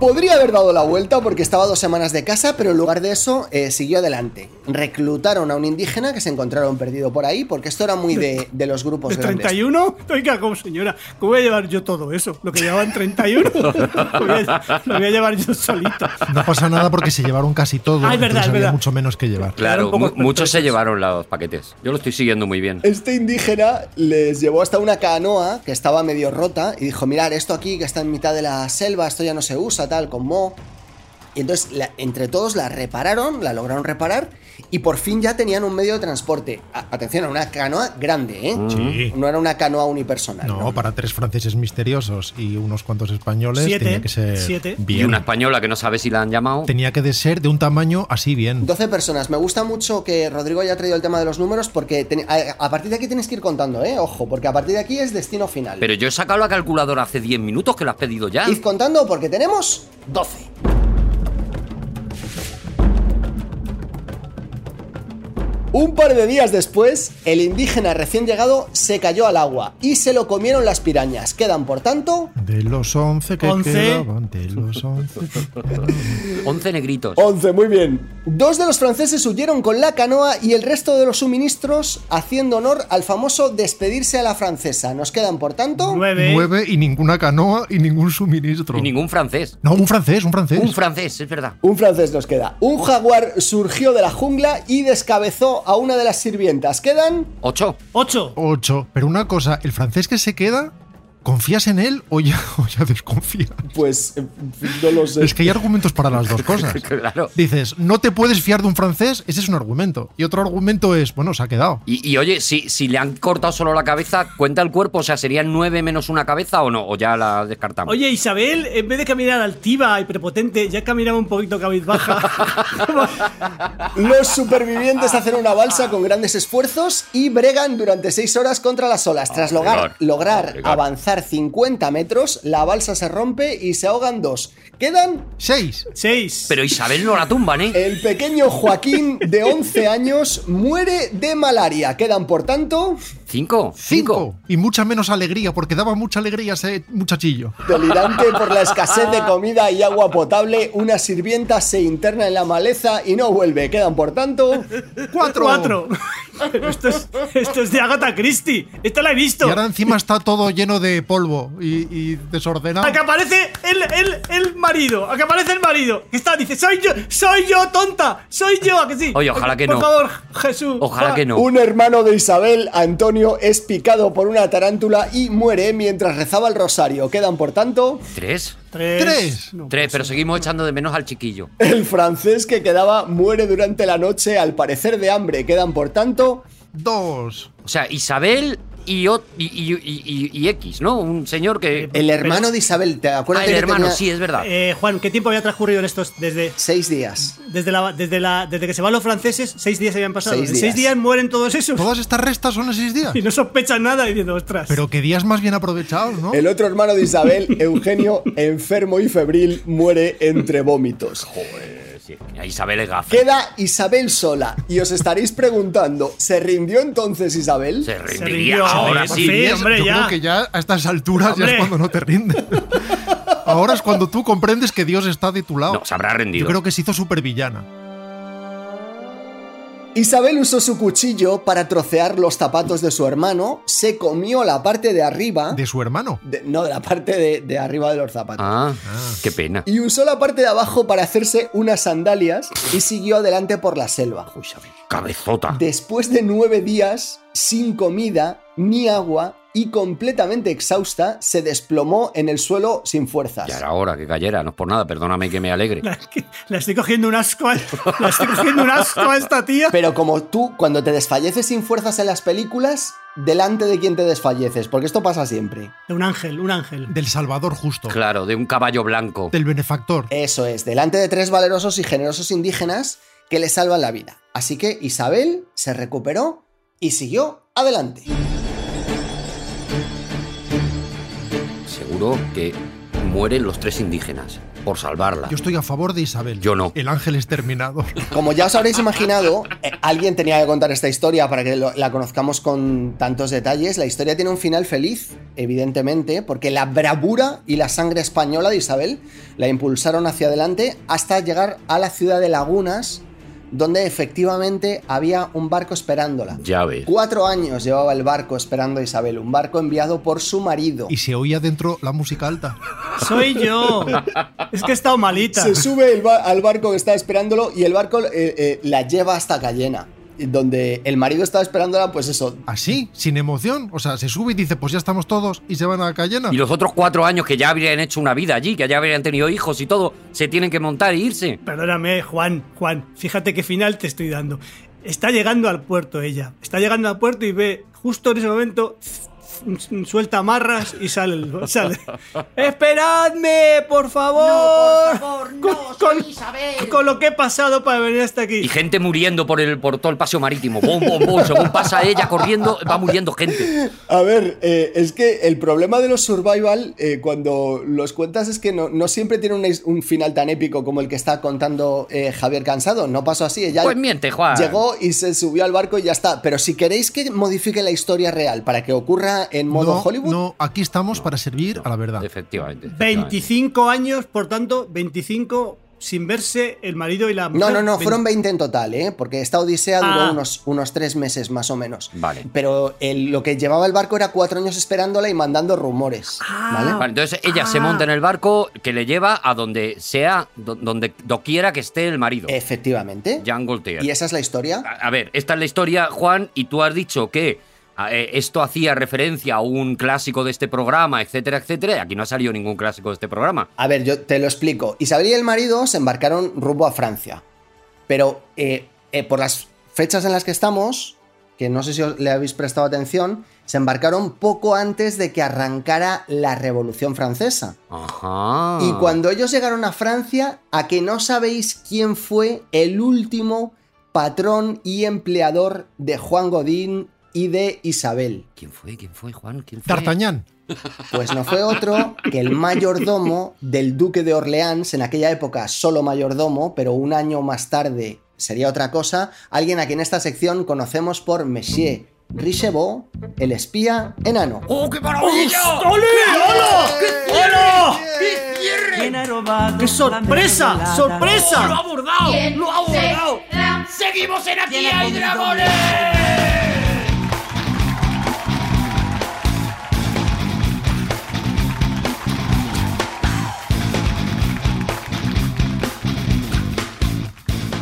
Speaker 5: Podría haber dado la vuelta porque estaba dos semanas de casa, pero en lugar de eso eh, siguió adelante. Reclutaron a un indígena que se encontraron perdido por ahí, porque esto era muy de, de los
Speaker 3: ¿De
Speaker 5: grupos grandes.
Speaker 3: 31? Oiga, como señora, ¿cómo voy a llevar yo todo eso? Lo que llevaba en 31, (laughs) lo voy a, lo voy a llevar yo solito.
Speaker 2: No pasa nada porque se llevaron casi todo.
Speaker 3: Ah, es verdad,
Speaker 2: entonces
Speaker 3: es
Speaker 2: había
Speaker 3: verdad.
Speaker 2: mucho menos que llevar.
Speaker 4: Claro,
Speaker 3: Eran pocos
Speaker 4: mu- muchos se
Speaker 3: pertrechos.
Speaker 4: llevaron los paquetes. Yo lo estoy siguiendo muy bien.
Speaker 5: Este indígena les llevó hasta una canoa que estaba medio rota y dijo, mirad, esto aquí que está en mitad de la selva, esto ya no se usa, tal, con mo. Y entonces la- entre todos la repararon, la lograron reparar y por fin ya tenían un medio de transporte. A- atención, a una canoa grande, ¿eh?
Speaker 2: Sí.
Speaker 5: No era una canoa unipersonal.
Speaker 2: No, para tres franceses misteriosos y unos cuantos españoles
Speaker 3: Siete,
Speaker 2: tenía que ser
Speaker 3: siete.
Speaker 4: Y
Speaker 2: bien.
Speaker 4: una española que no sabe si la han llamado.
Speaker 2: Tenía que de ser de un tamaño así bien.
Speaker 5: 12 personas. Me gusta mucho que Rodrigo haya traído el tema de los números porque ten- a, a partir de aquí tienes que ir contando, ¿eh? Ojo, porque a partir de aquí es destino final.
Speaker 4: Pero yo he sacado la calculadora hace 10 minutos que la has pedido ya.
Speaker 5: Id contando porque tenemos 12. Un par de días después, el indígena recién llegado se cayó al agua y se lo comieron las pirañas. Quedan, por tanto,
Speaker 2: De los 11 que
Speaker 3: Once.
Speaker 2: quedaban, de los 11.
Speaker 4: 11 negritos.
Speaker 3: Oh.
Speaker 5: 11, muy bien. Dos de los franceses huyeron con la canoa y el resto de los suministros haciendo honor al famoso despedirse a la francesa. Nos quedan, por tanto,
Speaker 3: 9.
Speaker 2: Nueve y ninguna canoa y ningún suministro.
Speaker 4: Y ningún francés.
Speaker 2: No, un francés, un francés.
Speaker 4: Un francés, es verdad.
Speaker 5: Un francés nos queda. Un jaguar surgió de la jungla y descabezó a una de las sirvientas. Quedan
Speaker 4: 8.
Speaker 3: 8.
Speaker 2: Ocho. Pero una cosa, ¿el francés que se queda, confías en él o ya, (laughs) o ya desconfías?
Speaker 5: Pues eh, no lo sé.
Speaker 2: Es que hay argumentos para las
Speaker 4: (laughs)
Speaker 2: dos cosas.
Speaker 4: Claro.
Speaker 2: Dices, no te puedes fiar de un francés, ese es un argumento. Y otro argumento es, bueno, se ha quedado.
Speaker 4: Y, y oye, si, si le han cortado solo la cabeza, ¿cuenta el cuerpo? O sea, ¿serían 9 menos una cabeza o no? ¿O ya la descartamos?
Speaker 3: Oye, Isabel, en vez de caminar altiva y prepotente, ya caminaba un poquito
Speaker 2: (laughs)
Speaker 3: cabizbaja. Como-
Speaker 5: Los supervivientes hacen una balsa con grandes esfuerzos y bregan durante 6 horas contra las olas. Tras lograr,
Speaker 4: Ah, bregar,
Speaker 5: lograr
Speaker 4: bregar.
Speaker 5: avanzar 50 metros, la balsa se rompe y se ahogan dos. Quedan
Speaker 2: Seis.
Speaker 3: Seis.
Speaker 4: Pero Isabel no la tumban, ¿eh?
Speaker 5: el pequeño Joaquín de 11 años muere de malaria. Quedan, por tanto,
Speaker 4: 5. 5.
Speaker 2: Cinco. Y mucha menos alegría, porque daba mucha alegría ese
Speaker 3: (laughs)
Speaker 2: muchachillo.
Speaker 5: Delirante por la escasez de comida y agua potable, una sirvienta se interna en la maleza y no vuelve. Quedan, por tanto,
Speaker 2: Cuatro.
Speaker 3: Cuatro. Pero (laughs) esto, es, esto es de Agatha Christie. Esta la he visto.
Speaker 2: Y ahora encima está todo lleno de polvo y, y desordenado.
Speaker 3: A que aparece el, el, el marido. A que aparece el marido. Que está, dice, soy yo, soy yo, tonta. Soy yo, a que sí.
Speaker 4: Oye, ojalá que no.
Speaker 3: Por favor, Jesús.
Speaker 4: Ojalá
Speaker 3: va.
Speaker 4: que no.
Speaker 5: un hermano de Isabel, Antonio, es picado por una tarántula y muere mientras rezaba el rosario. Quedan, por tanto,
Speaker 4: 3.
Speaker 3: Tres.
Speaker 2: Tres.
Speaker 3: No,
Speaker 4: 3, pero seguimos echando de menos al chiquillo.
Speaker 5: el francés que quedaba muere durante la noche al parecer de hambre. Quedan, por tanto,
Speaker 2: Dos.
Speaker 4: O sea, Isabel y, o- y, y- y- y- y X, ¿no? Un señor que.
Speaker 5: el hermano de Isabel, ¿te acuerdas?
Speaker 4: Ah, el hermano, sí, es verdad.
Speaker 3: Eh, Juan, ¿qué tiempo había transcurrido en estos desde,
Speaker 5: Seis días.
Speaker 3: desde, la, desde, la, desde que se van los franceses? Seis días habían pasado.
Speaker 5: Seis
Speaker 3: En seis
Speaker 5: días.
Speaker 3: días mueren todos esos.
Speaker 2: Todas estas restas son de seis días.
Speaker 3: Y no sospechan nada diciendo, ostras.
Speaker 2: Pero qué días más bien aprovechados, ¿no?
Speaker 5: El otro hermano de Isabel, Eugenio, enfermo y febril, muere entre vómitos.
Speaker 4: A Isabel es gafa.
Speaker 5: Queda Isabel sola y os estaréis preguntando, ¿se rindió entonces Isabel?
Speaker 4: Se rindiría
Speaker 3: rindió, ¿eh?
Speaker 4: ahora
Speaker 3: por
Speaker 4: sí.
Speaker 3: fin.
Speaker 2: Diez,
Speaker 3: hombre,
Speaker 2: yo
Speaker 3: ya.
Speaker 2: creo que ya a estas alturas ya
Speaker 3: Hombre.
Speaker 2: es cuando no te rindes. (laughs) Ahora es cuando tú comprendes que Dios está de tu lado.
Speaker 4: No, se habrá
Speaker 2: yo
Speaker 4: rendido.
Speaker 2: creo que se hizo supervillana.
Speaker 5: Isabel usó su cuchillo para trocear los zapatos de su hermano, se comió la parte de arriba,
Speaker 2: De su hermano.
Speaker 5: de- no, de la parte de, de arriba de los zapatos.
Speaker 4: Ah, qué pena.
Speaker 5: Y usó la parte de abajo para hacerse unas sandalias y siguió adelante por la selva.
Speaker 4: Uy, Isabel, cabezota.
Speaker 5: Después de nueve días, sin comida ni agua y completamente exhausta, se desplomó en el suelo sin fuerzas.
Speaker 4: Ya era hora que cayera, no es por nada, perdóname que me alegre.
Speaker 3: La, que- la estoy cogiendo un asco a, la estoy cogiendo un asco a esta tía.
Speaker 5: Pero como tú, cuando te desfalleces sin fuerzas en las películas, delante de quien te desfalleces, porque esto pasa siempre.
Speaker 3: Un ángel, un ángel.
Speaker 2: Del Salvador justo.
Speaker 4: Claro, de un caballo blanco.
Speaker 2: Del
Speaker 4: eh,
Speaker 2: benefactor.
Speaker 5: Eso es, delante de tres valerosos y generosos indígenas que le salvan la vida. Así que Isabel se recuperó y siguió adelante.
Speaker 4: Seguro que mueren los tres indígenas. por salvarla.
Speaker 2: Yo estoy a favor de Isabel.
Speaker 4: Yo no.
Speaker 2: El ángel exterminador.
Speaker 5: Como ya os habréis imaginado, eh, alguien tenía que contar esta historia para que lo- la conozcamos con tantos detalles. La historia tiene un final feliz, evidentemente, porque la bravura y la sangre española de Isabel la impulsaron hacia adelante hasta llegar a la ciudad de Lagunas, donde efectivamente había un barco esperándola.
Speaker 4: Ya ves.
Speaker 5: Cuatro años llevaba el barco esperando a Isabel, un barco enviado por su marido.
Speaker 2: Y se oía dentro la música alta.
Speaker 3: Soy yo. Es que he estado malita.
Speaker 5: Se sube el ba- al barco que está esperándolo y el barco eh, eh, la lleva hasta Cayena, donde el marido está esperándola, pues eso.
Speaker 2: Así, sin emoción. O sea, se sube y dice, pues ya estamos todos y se van a Cayena.
Speaker 4: Y los otros cuatro años que ya habrían hecho una vida allí, que ya habrían tenido hijos y todo, se tienen que montar e irse.
Speaker 3: Perdóname, Juan, Juan, fíjate qué final te estoy dando. Está llegando al puerto ella. Está llegando al puerto y ve, justo en ese momento, suelta amarras y sale. el- sale. ¡Esperadme, por favor!
Speaker 1: No, por favor, no, soy Isabel.
Speaker 3: con lo que he pasado para venir hasta aquí.
Speaker 4: Y gente muriendo por el por todo el paseo marítimo. Bom, bom,
Speaker 2: (laughs)
Speaker 4: bom. Según pasa ella corriendo, va muriendo gente.
Speaker 5: A ver, eh, es que el problema de los survival, eh, cuando los cuentas, es que no, no siempre tiene un, es- un final tan épico como el que está contando eh, Javier Cansado. No pasó así. Ella
Speaker 4: Pues miente, Juan.
Speaker 5: Llegó y se subió al barco y ya está. Pero si queréis que modifique la historia real para que ocurra en modo
Speaker 2: no,
Speaker 5: Hollywood,
Speaker 2: no, aquí estamos para servir a la verdad.
Speaker 4: Efectivamente. efectivamente.
Speaker 3: 25 años, por tanto, 25 sin verse el marido y la mujer.
Speaker 5: No, no, no, fueron 20 en total, ¿eh? Porque esta odisea duró
Speaker 3: Ah.
Speaker 5: unos, unos tres meses más o menos.
Speaker 4: Vale.
Speaker 5: Pero el- lo que llevaba el barco era cuatro años esperándola y mandando rumores. ¿Vale?
Speaker 4: Vale, entonces ella
Speaker 2: Ah.
Speaker 4: se monta en el barco que le lleva a donde sea, do- donde doquiera que esté el marido.
Speaker 5: Efectivamente.
Speaker 4: Jan Goltier.
Speaker 5: Y esa es la historia.
Speaker 4: A a ver, esta es la historia, Juan, y tú has dicho que a, eh, esto hacía referencia a un clásico de este programa, etcétera, etcétera. y Aquí no ha salido ningún clásico de este programa.
Speaker 5: A ver, yo te lo explico. Isabel y el marido se embarcaron rumbo a Francia. Pero eh, eh, por las fechas en las que estamos, que no sé si os- le habéis prestado atención, se embarcaron poco antes de que arrancara la Revolución Francesa.
Speaker 4: Ajá.
Speaker 5: Y cuando ellos llegaron a Francia, a que no sabéis quién fue el último patrón y empleador de Juan Godín y de Isabel.
Speaker 4: ¿Quién fue? ¿Quién fue, Juan? ¿Quién fue?
Speaker 2: D'Artagnan.
Speaker 5: Pues no fue otro que el mayordomo del duque de Orleans, en aquella época solo mayordomo, pero un año más tarde sería otra cosa, alguien a quien en esta sección conocemos por Monsieur Richebot, el espía enano.
Speaker 4: ¡Oh, qué maravilla!
Speaker 3: ¡Hola! ¡Qué sorpresa!
Speaker 4: ¡Lo ha
Speaker 3: ¡Sorpresa!
Speaker 4: abordado! ¡Lo ha abordado!
Speaker 1: ¡Seguimos en Aquí hay dragones!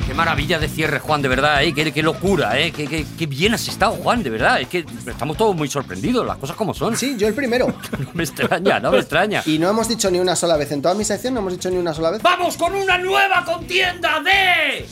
Speaker 4: ¡Qué maravilla de cierre, Juan, de verdad! ¿eh? Qué, qué locura, ¿eh? Qué, qué- qué bien has estado, Juan, de verdad! Es que estamos todos muy sorprendidos, las cosas como son.
Speaker 5: Sí, yo el primero.
Speaker 4: (laughs) No me extraña, no me extraña.
Speaker 5: Y no hemos dicho ni una sola vez, en toda mi sección no hemos dicho ni una sola vez.
Speaker 1: ¡Vamos con una nueva contienda de...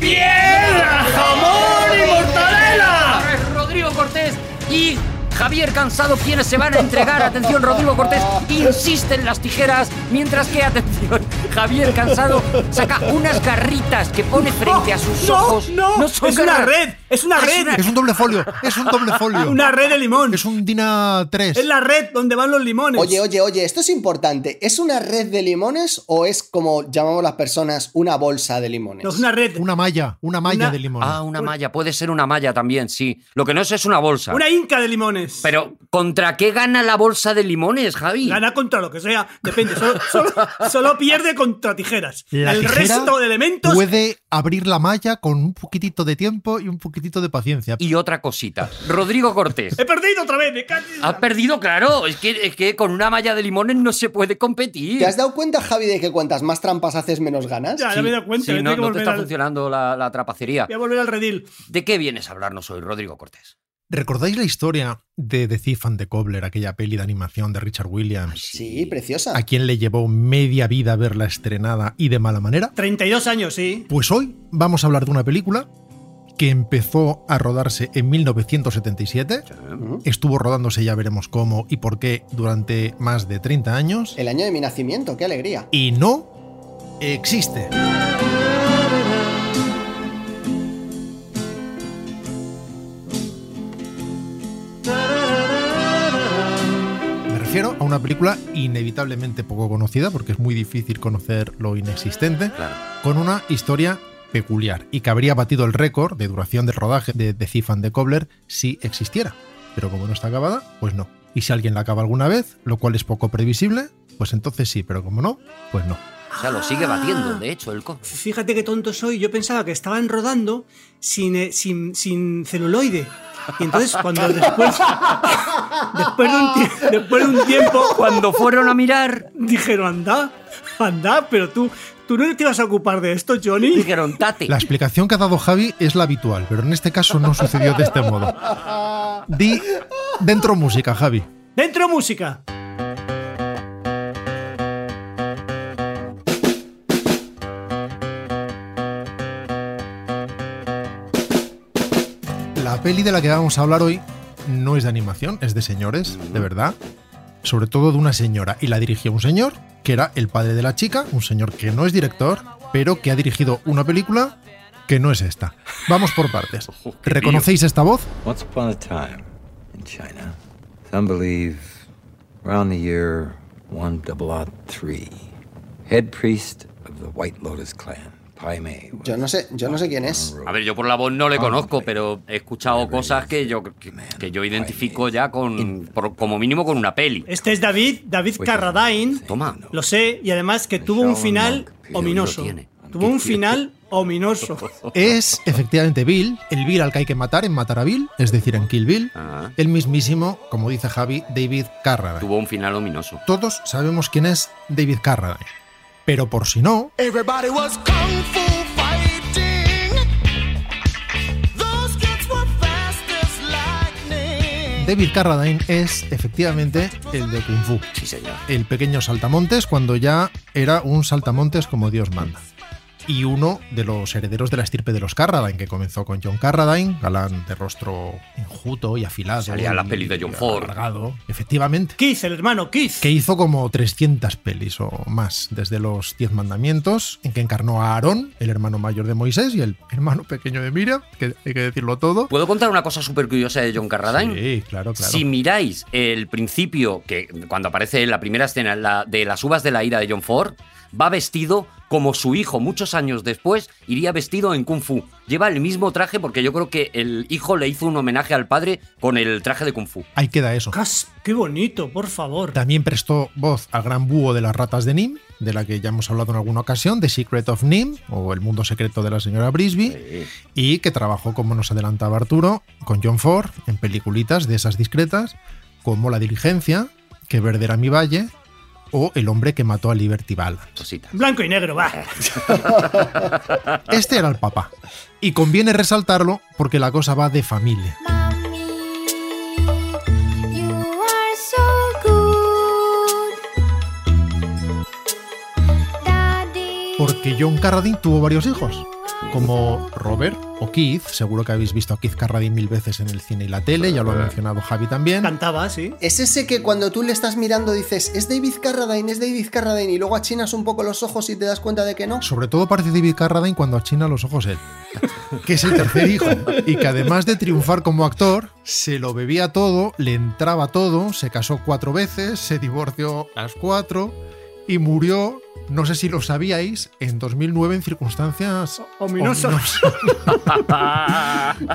Speaker 1: ¡Piedra, jamón y mortadela!
Speaker 4: Ahora es Rodrigo Cortés y Javier Cansado quienes se van a entregar. Atención, Rodrigo Cortés insiste en las tijeras, mientras que, atención, Javier Cansado saca unas garritas que pone frente a sus
Speaker 3: No,
Speaker 4: ojos.
Speaker 3: no,
Speaker 4: son
Speaker 3: es una
Speaker 4: garras.
Speaker 3: red, es una red.
Speaker 2: Es un doble folio. Es un doble folio.
Speaker 3: Una red de limón.
Speaker 2: Es un Dina 3.
Speaker 3: Es la red donde van los limones.
Speaker 5: Oye, oye, oye, esto es importante. ¿Es una red de limones o es como llamamos las personas una bolsa de limones?
Speaker 3: No, es una red.
Speaker 2: Una malla. Una malla
Speaker 3: Una-
Speaker 2: de limón.
Speaker 4: Ah, una malla, puede ser una malla también, sí. Lo que no es es una bolsa.
Speaker 3: Una inca de limones.
Speaker 4: Pero, ¿contra qué gana la bolsa de limones, Javi?
Speaker 3: Gana contra lo que sea, depende. Solo, solo- solo pierde contra tijeras.
Speaker 2: La
Speaker 3: el
Speaker 2: tijera
Speaker 3: resto de elementos.
Speaker 2: Puede abrir la malla con un poquitito de tiempo y un poquitito de paciencia.
Speaker 4: Y otra cosita. Rodrigo Cortés.
Speaker 3: He perdido otra vez. me cago en-
Speaker 4: Has perdido, claro. Es que, es que con una malla de limones no se puede competir.
Speaker 5: ¿Te has dado cuenta, Javi, de que cuantas más trampas haces, menos ganas?
Speaker 3: Ya, ya me he dado cuenta.
Speaker 4: Sí,
Speaker 3: me tengo
Speaker 4: no,
Speaker 3: que
Speaker 4: no te
Speaker 3: volver
Speaker 4: está
Speaker 3: al-
Speaker 4: funcionando la, la trapacería.
Speaker 3: Voy a volver al redil.
Speaker 4: ¿De qué vienes a hablarnos hoy, Rodrigo Cortés?
Speaker 2: ¿Recordáis la historia de The Thief and the Cobbler, aquella peli de animación de Richard Williams?
Speaker 5: Sí, preciosa.
Speaker 2: A quien le llevó media vida verla estrenada y de mala manera.
Speaker 3: 32 años, sí.
Speaker 2: Pues hoy vamos a hablar de una película que empezó a rodarse en 1977. Estuvo rodándose, ya veremos cómo y por qué, durante más de 30 años.
Speaker 5: El año de mi nacimiento, qué alegría.
Speaker 2: Y no existe. Me refiero a una película inevitablemente poco conocida, porque es muy difícil conocer lo inexistente,
Speaker 4: Claro.
Speaker 2: con una historia peculiar y que habría batido el récord de duración del rodaje de The Thief and the Cobbler si existiera. Pero como no está acabada, pues no. Y si alguien la acaba alguna vez, lo cual es poco previsible, pues entonces sí, pero como no, pues no.
Speaker 4: O sea, lo sigue
Speaker 3: Ah.
Speaker 4: batiendo, de hecho, el co.
Speaker 3: Fíjate qué tonto soy. Yo pensaba que estaban rodando sin, eh, sin, sin celuloide. Y entonces, cuando después. (laughs) después, de un, tie- después de un tiempo,
Speaker 4: Cuando fueron a mirar,
Speaker 3: (laughs) dijeron: anda, anda, pero tú, tú no te ibas a ocupar de esto, Johnny.
Speaker 4: dijeron, tate.
Speaker 2: La explicación que ha dado Javi es la habitual, pero en este caso no sucedió de este modo. Di dentro música, Javi.
Speaker 3: Dentro música.
Speaker 2: La peli de la que vamos a hablar hoy no es de animación, es de señores, de verdad. Sobre todo de una señora. Y la dirigió un señor, que era el padre de la chica, un señor que no es director, pero que ha dirigido una película que no es esta. Vamos por partes. ¿Reconocéis esta voz?
Speaker 9: Once upon a time in China, some believe around the year 1003, head priest of the White Lotus clan, Pai Mei. was
Speaker 5: Yo no sé- yo no sé quién es.
Speaker 9: on
Speaker 4: A
Speaker 9: road.
Speaker 4: ver, yo por la voz
Speaker 2: Ah,
Speaker 4: no le conozco, pero he escuchado cosas que yo, que, que yo identifico ya con, por- como mínimo con una peli.
Speaker 3: Este es David, David Carradine.
Speaker 4: Toma.
Speaker 3: Lo sé, y además que tuvo un final ominoso. Tuvo un final ominoso.
Speaker 2: Es efectivamente Bill, el Bill al que hay que matar en Matar a Bill, es decir, en Kill Bill,
Speaker 4: Ah,
Speaker 2: el mismísimo, como dice Javi, David Carradine.
Speaker 4: tuvo un final ominoso.
Speaker 2: Todos sabemos quién es David Carradine. Pero por si no,
Speaker 7: Everybody was kung fu fighting. Those kids were fast as lightning.
Speaker 2: David Carradine es efectivamente el de Kung Fu.
Speaker 4: Sí, señor.
Speaker 2: El pequeño saltamontes cuando ya era un saltamontes como Dios manda. Y uno de los herederos de la estirpe de los Carradine, que comenzó con John Carradine, galán de rostro enjuto y afilado.
Speaker 4: Salía en las
Speaker 2: y
Speaker 4: pelis de John Ford.
Speaker 2: alargado, efectivamente.
Speaker 3: Keith, el hermano Keith.
Speaker 2: Que hizo como 300 pelis o más, desde los Diez Mandamientos, en que encarnó a Aarón, el hermano mayor de Moisés, y el hermano pequeño de Miriam, que hay que decirlo todo.
Speaker 4: ¿Puedo contar una cosa súper curiosa de John Carradine?
Speaker 2: Sí, claro, claro.
Speaker 4: Si miráis el principio, que cuando aparece en la primera escena la de las uvas de la ira de John Ford, va vestido como su hijo muchos años después iría vestido en Kung Fu. Lleva el mismo traje porque yo creo que el hijo le hizo un homenaje al padre con el traje de Kung Fu.
Speaker 2: Ahí queda eso.
Speaker 3: Cas- Qué bonito, por favor.
Speaker 2: También prestó voz al gran búho de las ratas de Nim, de la que ya hemos hablado en alguna ocasión, The Secret of Nim, o El mundo secreto de la señora Brisby, y que trabajó, como nos adelantaba Arturo, con John Ford en peliculitas de esas discretas, como La Diligencia, Que Verde era mi valle, o El hombre que mató a Liberty Balance.
Speaker 4: Cosita.
Speaker 3: Blanco y negro, va.
Speaker 2: Este era el papá. Y conviene resaltarlo porque la cosa va de familia. Porque John Carradine tuvo varios hijos, como Robert o Keith. Seguro que habéis visto a Keith Carradine mil veces en el cine y la tele, ya lo ha mencionado Javi también.
Speaker 3: Cantaba, sí.
Speaker 5: Es ese que cuando tú le estás mirando dices, es David Carradine, es David Carradine, y luego achinas un poco los ojos y te das cuenta de que no.
Speaker 2: Sobre todo parece David Carradine cuando achina los ojos él, que es el tercer hijo, y que además de triunfar como actor, se lo bebía todo, le entraba todo, se casó cuatro veces, se divorció las cuatro y murió, no sé si lo sabíais, en 2009 en circunstancias
Speaker 3: Ominoso.
Speaker 2: ominosas.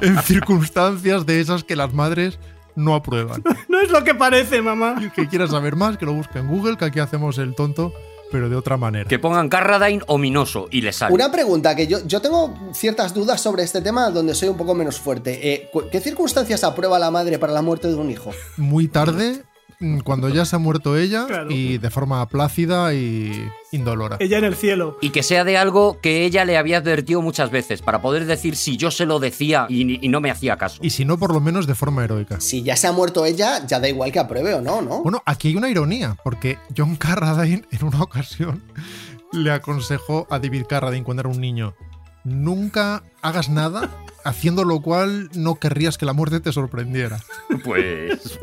Speaker 2: en circunstancias de esas que las madres no aprueban.
Speaker 3: No es lo que parece, mamá.
Speaker 2: El que quiera saber más, que lo busque en Google, que aquí hacemos el tonto, pero de otra manera.
Speaker 4: (laughs) Que pongan Carradine ominoso y le sale.
Speaker 5: Una pregunta que yo, yo tengo ciertas dudas sobre este tema donde soy un poco menos fuerte. Eh, cu- ¿Qué circunstancias aprueba la madre para la muerte de un hijo?
Speaker 2: Muy tarde, mm, cuando ya se ha muerto ella
Speaker 3: Claro. Eh,
Speaker 2: y de forma plácida y indolora.
Speaker 3: Ella en el cielo.
Speaker 4: Y que sea de algo que ella le había advertido muchas veces para poder decir si yo se lo decía y, y no me hacía caso.
Speaker 2: Y si no, por lo menos de forma heroica.
Speaker 5: Si ya se ha muerto ella, ya da igual que apruebe o no, ¿no?
Speaker 2: Bueno, aquí hay una ironía, porque John Carradine en una ocasión le aconsejó a David Carradine cuando era un niño, nunca hagas nada haciendo lo cual no querrías que la muerte te sorprendiera.
Speaker 4: Pues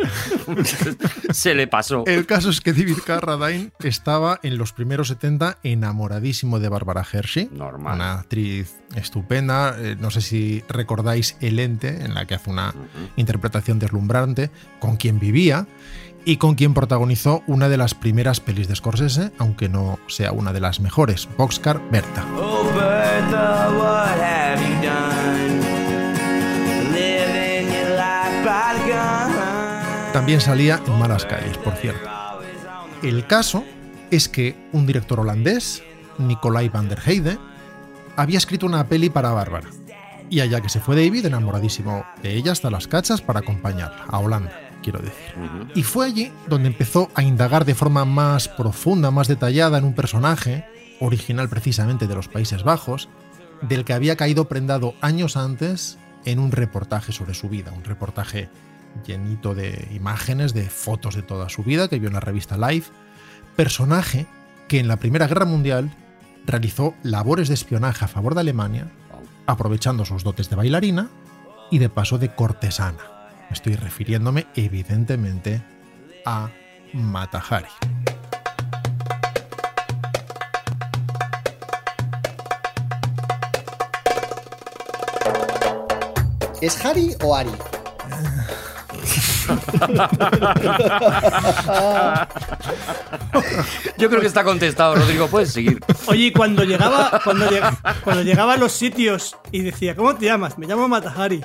Speaker 4: (laughs) se le pasó.
Speaker 2: El caso es que David Carradine estaba en los primeros 70 enamoradísimo de Barbara Hershey.
Speaker 4: Normal.
Speaker 2: Una actriz estupenda. eh, No sé si recordáis El Ente, en la que hace una interpretación deslumbrante, con quien vivía. y con quien protagonizó una de las primeras pelis de Scorsese, aunque no sea una de las mejores, Boxcar Berta.
Speaker 7: Oh, Bertha, what have you done? Living your life by the gun.
Speaker 2: También salía en Malas Calles, por cierto. El caso es que un director holandés, Nicolai van der Heide, había escrito una peli para Bárbara. Y allá que se fue David, enamoradísimo de ella hasta las cachas para acompañarla a Holanda, quiero decir. Y fue allí donde empezó a indagar de forma más profunda, más detallada en un personaje, original precisamente de los Países Bajos, del que había caído prendado años antes en un reportaje sobre su vida, un reportaje llenito de imágenes, de fotos de toda su vida que vio en la revista Life, personaje que en la Primera Guerra Mundial realizó labores de espionaje a favor de Alemania, aprovechando sus dotes de bailarina y de paso de cortesana. Estoy refiriéndome evidentemente a Matahari.
Speaker 5: ¿Es Harry o Ari?
Speaker 4: Yo creo que está contestado, Rodrigo. Puedes (laughs) seguir.
Speaker 3: Oye, y cuando llegaba, cuando, lleg- cuando llegaba a los sitios y decía, ¿cómo te llamas? Me llamo Matahari.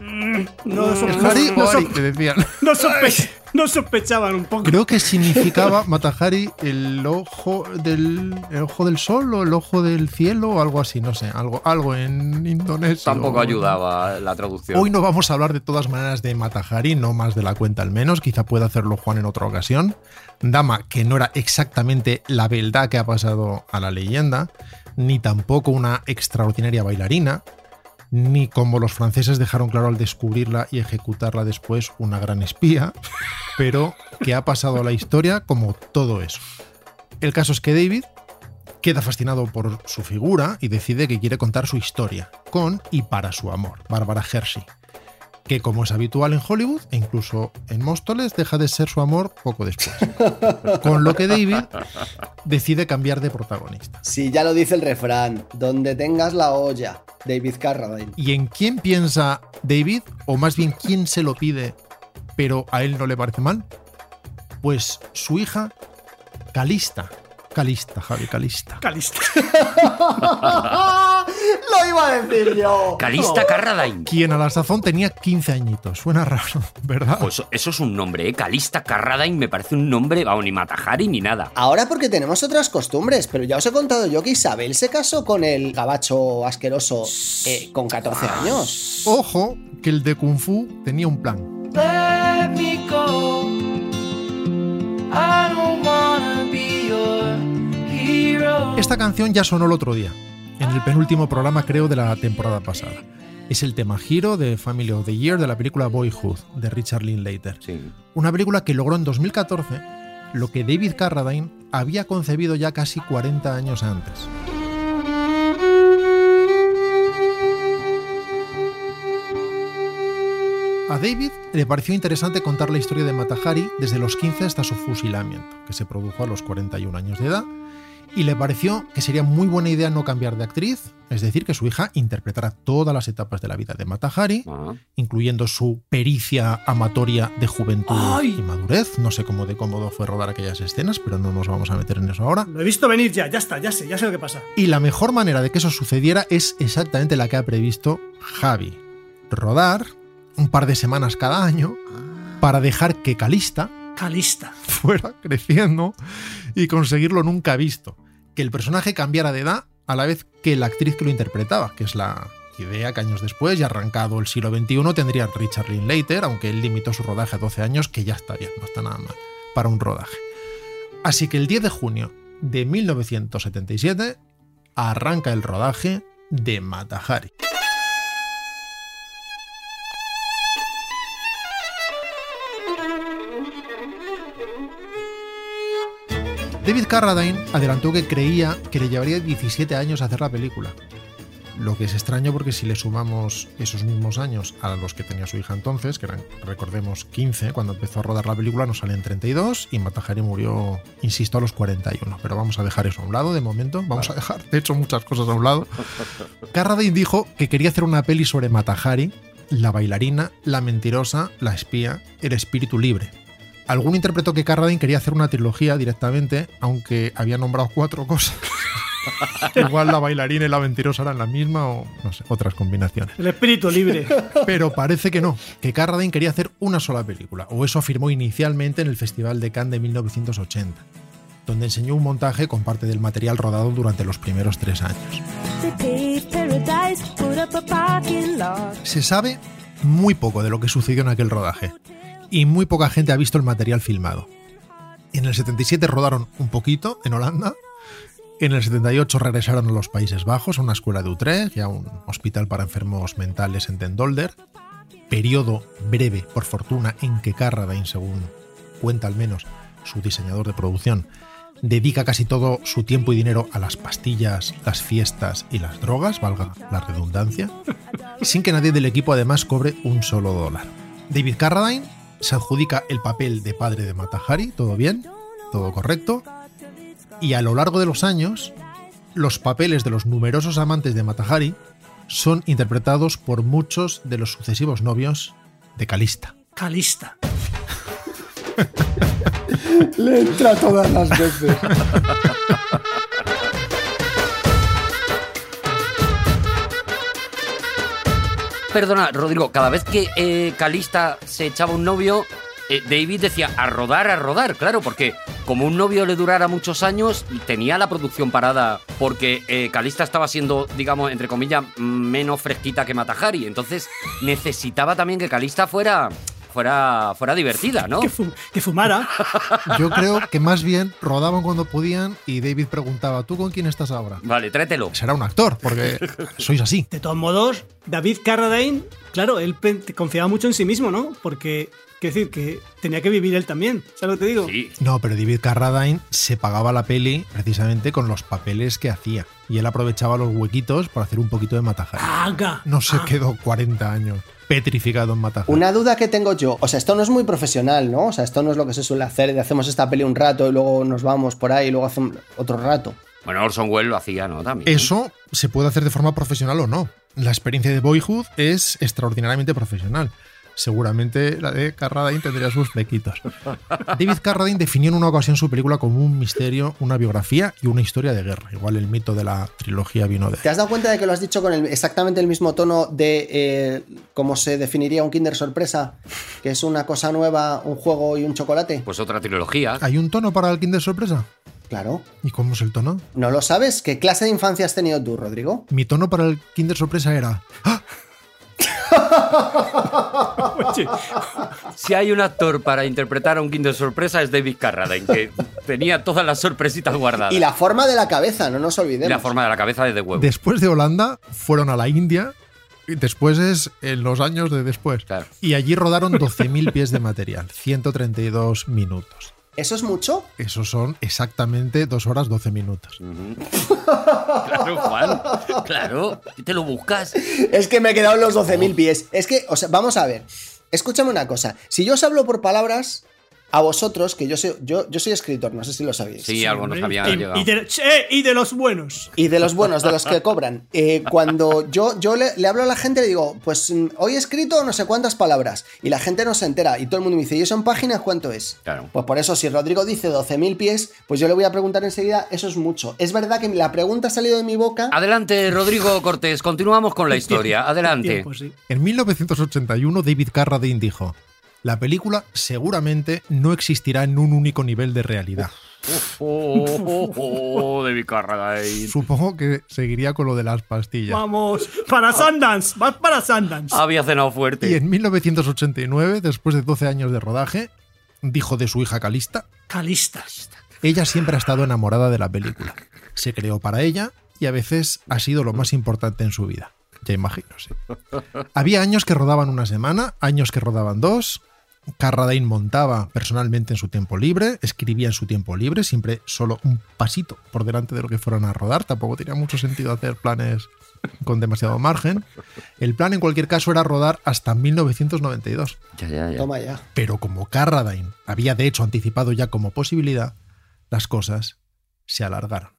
Speaker 3: Mm, No, sospe-
Speaker 2: ¿Es Harry
Speaker 3: no
Speaker 2: o Ari?
Speaker 3: sospe-
Speaker 2: Le decían.
Speaker 3: no sospe- no sospechaban un poco.
Speaker 2: Creo que significaba Matahari el ojo del el ojo del sol o el ojo del cielo o algo así, no sé, algo, algo en indonesio.
Speaker 4: Tampoco ayudaba la traducción.
Speaker 2: Hoy no vamos a hablar de todas maneras de Matahari, no más de la cuenta al menos, quizá pueda hacerlo Juan en otra ocasión. Dama que no era exactamente la beldad que ha pasado a la leyenda, ni tampoco una extraordinaria bailarina, ni como los franceses dejaron claro al descubrirla y ejecutarla después, una gran espía, pero que ha pasado a la historia como todo eso. El caso es que David queda fascinado por su figura y decide que quiere contar su historia con y para su amor, Bárbara Hershey, que como es habitual en Hollywood e incluso en Móstoles, deja de ser su amor poco después. Con lo que David decide cambiar de protagonista.
Speaker 5: Sí, ya lo dice el refrán. Donde tengas la olla, David Carradine.
Speaker 2: ¿Y en quién piensa David? O más bien, ¿quién se lo pide, pero a él no le parece mal? Pues su hija, Calista. Calista, Javi, Calista.
Speaker 3: Calista.
Speaker 5: (laughs) ¡Lo iba a decir yo!
Speaker 4: Calista Carradine.
Speaker 2: Quien a la sazón tenía 15 añitos. Suena raro, (laughs) ¿verdad?
Speaker 4: Pues eso, eso es un nombre, ¿eh? Calista Carradine me parece un nombre, vamos, ni Matajari ni nada.
Speaker 5: Ahora porque tenemos otras costumbres, pero ya os he contado yo que Isabel se casó con el gabacho asqueroso eh, con 14 años.
Speaker 2: Ojo, que el de Kung Fu tenía un plan.
Speaker 7: Let me go. I don't wanna be your hero.
Speaker 2: Esta canción ya sonó el otro día, en el penúltimo programa creo de la temporada pasada. Es el tema giro de Family of the Year de la película Boyhood de Richard Linklater.
Speaker 4: Sí.
Speaker 2: Una película que logró en 2014 lo que David Carradine había concebido ya casi 40 años antes. A David le pareció interesante contar la historia de Matahari desde los 15 hasta su fusilamiento, que se produjo a los 41 años de edad, y le pareció que sería muy buena idea no cambiar de actriz, es decir, que su hija interpretara todas las etapas de la vida de Matahari,
Speaker 4: Ajá.
Speaker 2: incluyendo su pericia amatoria de juventud
Speaker 3: ¡Ay!
Speaker 2: y madurez. No sé cómo de cómodo fue rodar aquellas escenas, pero no nos vamos a meter en eso ahora.
Speaker 3: Lo he visto venir ya, ya está, ya sé, ya sé lo que pasa.
Speaker 2: Y la mejor manera de que eso sucediera es exactamente la que ha previsto Javi. Rodar un par de semanas cada año para dejar que Calista,
Speaker 3: Calista.
Speaker 2: fuera (laughs) creciendo y conseguir lo nunca visto. Que el personaje cambiara de edad a la vez que la actriz que lo interpretaba, que es la idea que años después, ya arrancado el siglo XXI, tendría Richard Linklater, aunque él limitó su rodaje a 12 años, que ya está bien, no está nada mal para un rodaje. Así que el 10 de junio de 1977 arranca el rodaje de Matahari. David Carradine adelantó que creía que le llevaría 17 años hacer la película. Lo que es extraño porque si le sumamos esos mismos años a los que tenía su hija entonces, que eran, recordemos, 15, cuando empezó a rodar la película nos salen 32 y Matahari murió, insisto, a los 41. Pero vamos a dejar eso a un lado de momento, vamos a dejar, de hecho, muchas cosas a un lado. Carradine dijo que quería hacer una peli sobre Matahari, la bailarina, la mentirosa, la espía, el espíritu libre Alguno interpretó que Carradine quería hacer una trilogía directamente, aunque había nombrado cuatro cosas. Igual la bailarina y la mentirosa eran la misma o no sé, otras combinaciones.
Speaker 3: El espíritu libre.
Speaker 2: Pero parece que no, que Carradine quería hacer una sola película, o eso afirmó inicialmente en el Festival de Cannes de 1980, donde enseñó un montaje con parte del material rodado durante los primeros tres años. Se sabe muy poco de lo que sucedió en aquel rodaje, y muy poca gente ha visto el material filmado. En el 77 rodaron un poquito en Holanda, en el 78 regresaron a los Países Bajos, a una escuela de Utrecht y a un hospital para enfermos mentales en Den Dolder. Periodo breve, por fortuna, en que Carradine, según cuenta al menos su diseñador de producción, dedica casi todo su tiempo y dinero a las pastillas, las fiestas y las drogas, valga la redundancia, sin que nadie del equipo además cobre un solo dólar. David Carradine se adjudica el papel de padre de Matahari, todo bien, todo correcto, y a lo largo de los años, los papeles de los numerosos amantes de Matahari son interpretados por muchos de los sucesivos novios de Calista.
Speaker 3: Calista.
Speaker 5: Le entra todas las veces.
Speaker 4: Perdona, Rodrigo, cada vez que eh, Calista se echaba un novio, eh, David decía a rodar, a rodar, claro, porque como un novio le durara muchos años, tenía la producción parada, porque eh, Calista estaba siendo, digamos, entre comillas, menos fresquita que Matahari, entonces necesitaba también que Calista fuera, fuera, fuera divertida, ¿no?
Speaker 3: Que, fu- que fumara.
Speaker 2: Yo creo que más bien rodaban cuando podían y David preguntaba, ¿tú con quién estás ahora?
Speaker 4: Vale, tráetelo.
Speaker 2: Será un actor, porque sois así.
Speaker 3: De todos modos, David Carradine, claro, él pen- confiaba mucho en sí mismo, ¿no? Porque, quiero decir, que tenía que vivir él también. ¿Sabes lo que te digo?
Speaker 4: Sí,
Speaker 2: No, pero David Carradine se pagaba la peli precisamente con los papeles que hacía y él aprovechaba los huequitos para hacer un poquito de Matahari.
Speaker 3: Haga.
Speaker 2: No se
Speaker 3: Ah,
Speaker 2: quedó 40 años petrificado en Matahari.
Speaker 5: Una duda que tengo yo, o sea, esto no es muy profesional, ¿no? O sea, esto no es lo que se suele hacer de hacemos esta peli un rato y luego nos vamos por ahí y luego hacemos otro rato.
Speaker 4: Bueno, Orson Welles lo hacía, ¿no? También.
Speaker 2: Eso se puede hacer de forma profesional o no. La experiencia de Boyhood es extraordinariamente profesional. Seguramente la de Carradine tendría sus flequitos. David Carradine definió en una ocasión su película como un misterio, una biografía y una historia de guerra. Igual el mito de la trilogía vino de
Speaker 5: ¿Te has dado cuenta de que lo has dicho con el- exactamente el mismo tono de eh, cómo se definiría un Kinder Sorpresa? Que es una cosa nueva, un juego y un chocolate.
Speaker 4: Pues otra trilogía.
Speaker 2: ¿Hay un tono para el Kinder Sorpresa?
Speaker 5: Claro.
Speaker 2: ¿Y cómo es el tono?
Speaker 5: ¿No lo sabes? ¿Qué clase de infancia has tenido tú, Rodrigo?
Speaker 2: Mi tono para el Kinder Sorpresa era... ¡Ah!
Speaker 4: Si hay un actor para interpretar a un Kinder Sorpresa es David Carradine, que tenía todas las sorpresitas guardadas.
Speaker 5: Y la forma de la cabeza, no nos
Speaker 4: Y
Speaker 5: olvidemos.
Speaker 4: la forma de la cabeza desde huevo.
Speaker 2: Después de Holanda, fueron a la India y después es en los años de después.
Speaker 4: Claro.
Speaker 2: Y allí rodaron 12.000 (laughs) pies de material, 132 minutos.
Speaker 5: ¿Eso es mucho?
Speaker 2: Esos son exactamente 2 horas 12 minutos.
Speaker 4: Claro, Juan. Claro. ¿Y te lo buscas?
Speaker 5: Es que me he quedado en los
Speaker 4: Oh.
Speaker 5: 12.000 pies. Es que, o sea, vamos a ver. Escúchame una cosa. Si yo os hablo por palabras, a vosotros, que yo soy, yo, yo soy escritor, no sé si lo sabéis.
Speaker 4: Sí, algo nos había
Speaker 3: y,
Speaker 4: llegado.
Speaker 3: y de, ¡Eh! y de los buenos.
Speaker 5: Y de los buenos, de los que
Speaker 4: (laughs)
Speaker 5: cobran. Eh, cuando yo, yo le, le hablo a la gente, le digo, pues mm, hoy he escrito no sé cuántas palabras. Y la gente no se entera. Y todo el mundo me dice, ¿y eso en páginas cuánto es?
Speaker 4: Claro.
Speaker 5: Pues por eso, si Rodrigo dice 12.000 pies, pues yo le voy a preguntar enseguida, eso es mucho. Es verdad que la pregunta ha salido de mi boca.
Speaker 4: Adelante, Rodrigo Cortés. Continuamos con la historia. Adelante.
Speaker 3: Tiempo, sí.
Speaker 2: En 1981, David Carradine dijo: La película seguramente no existirá en un único nivel de realidad.
Speaker 4: Oh, oh, oh, oh, David Carradine.
Speaker 2: Supongo que seguiría con lo de las pastillas.
Speaker 3: Vamos, para Sundance, vas para Sundance.
Speaker 4: Había cenado fuerte.
Speaker 2: Y en 1989, después de 12 años de rodaje, dijo de su hija Calista:
Speaker 3: Calistas.
Speaker 2: Ella siempre ha estado enamorada de la película. Se creó para ella y a veces ha sido lo más importante en su vida. Ya imagino, sí. Había años que rodaban una semana, años que rodaban dos. Carradine montaba personalmente en su tiempo libre, escribía en su tiempo libre, siempre solo un pasito por delante de lo que fueron a rodar. Tampoco tenía mucho sentido hacer planes con demasiado margen. El plan, en cualquier caso, era rodar hasta 1992.
Speaker 4: Ya, ya, ya.
Speaker 5: Toma ya.
Speaker 2: Pero como Carradine había de hecho anticipado ya como posibilidad, las cosas se alargaron.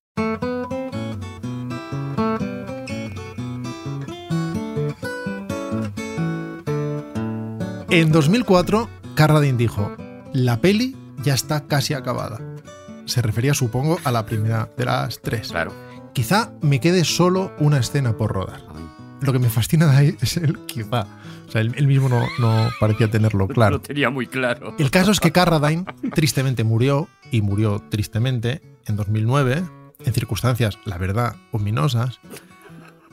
Speaker 2: En 2004, Carradine dijo, La peli ya está casi acabada. Se refería, supongo, a la primera de las tres.
Speaker 4: Claro.
Speaker 2: Quizá me quede solo una escena por rodar. Lo que me fascina de ahí es el quizá. O sea, él, él mismo no, no parecía tenerlo claro.
Speaker 4: Lo tenía muy claro.
Speaker 2: El caso es que Carradine tristemente murió, y murió tristemente, en 2009, en circunstancias, la verdad, ominosas,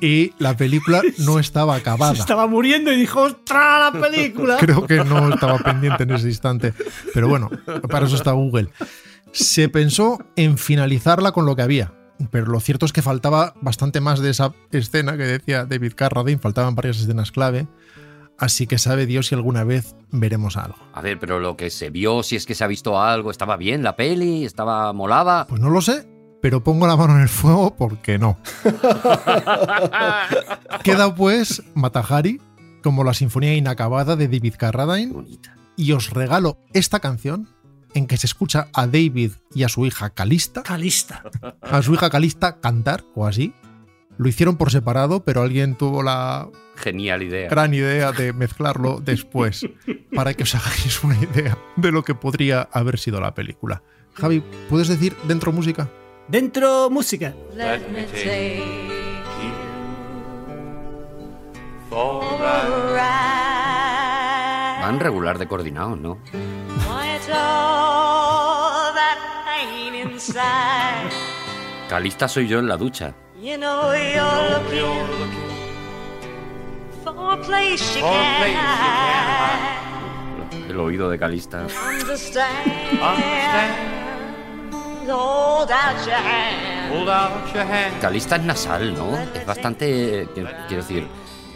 Speaker 2: y la película no estaba acabada.
Speaker 3: Se estaba muriendo y dijo, ¡ostras, la
Speaker 2: (laughs)
Speaker 3: película!
Speaker 2: Creo que no estaba pendiente en ese instante, pero bueno, para eso está Google. Se pensó en finalizarla con lo que había, pero lo cierto es que faltaba bastante más de esa escena que decía David Carradine, faltaban varias escenas clave, así que sabe Dios si alguna vez veremos algo.
Speaker 4: A ver, pero lo que se vio, si es que se ha visto algo, estaba bien la peli, estaba molaba.
Speaker 2: Pues no lo sé, pero pongo la mano en el fuego porque no. Queda pues Matahari como la sinfonía inacabada de David
Speaker 4: Qué
Speaker 2: Carradine
Speaker 4: bonita.
Speaker 2: y os regalo esta canción en que se escucha a David y a su hija Calista,
Speaker 3: Calista.
Speaker 2: a su hija Calista cantar o así. Lo hicieron por separado, pero alguien tuvo la
Speaker 4: Genial idea.
Speaker 2: gran idea de mezclarlo después para que os hagáis una idea de lo que podría haber sido la película. Javi, ¿puedes decir dentro música?
Speaker 3: Dentro música.
Speaker 6: Let me take you for a ride.
Speaker 4: Van regular de coordinado, ¿no?
Speaker 6: Quiet all that pain inside.
Speaker 4: Calista soy yo en la ducha.
Speaker 6: You know you're looking for a place you can hide.
Speaker 4: El oído de Calista.
Speaker 6: Understand. Hold out your hand.
Speaker 4: Calista es nasal, ¿no? Es bastante. eh, quiero- Quiero decir.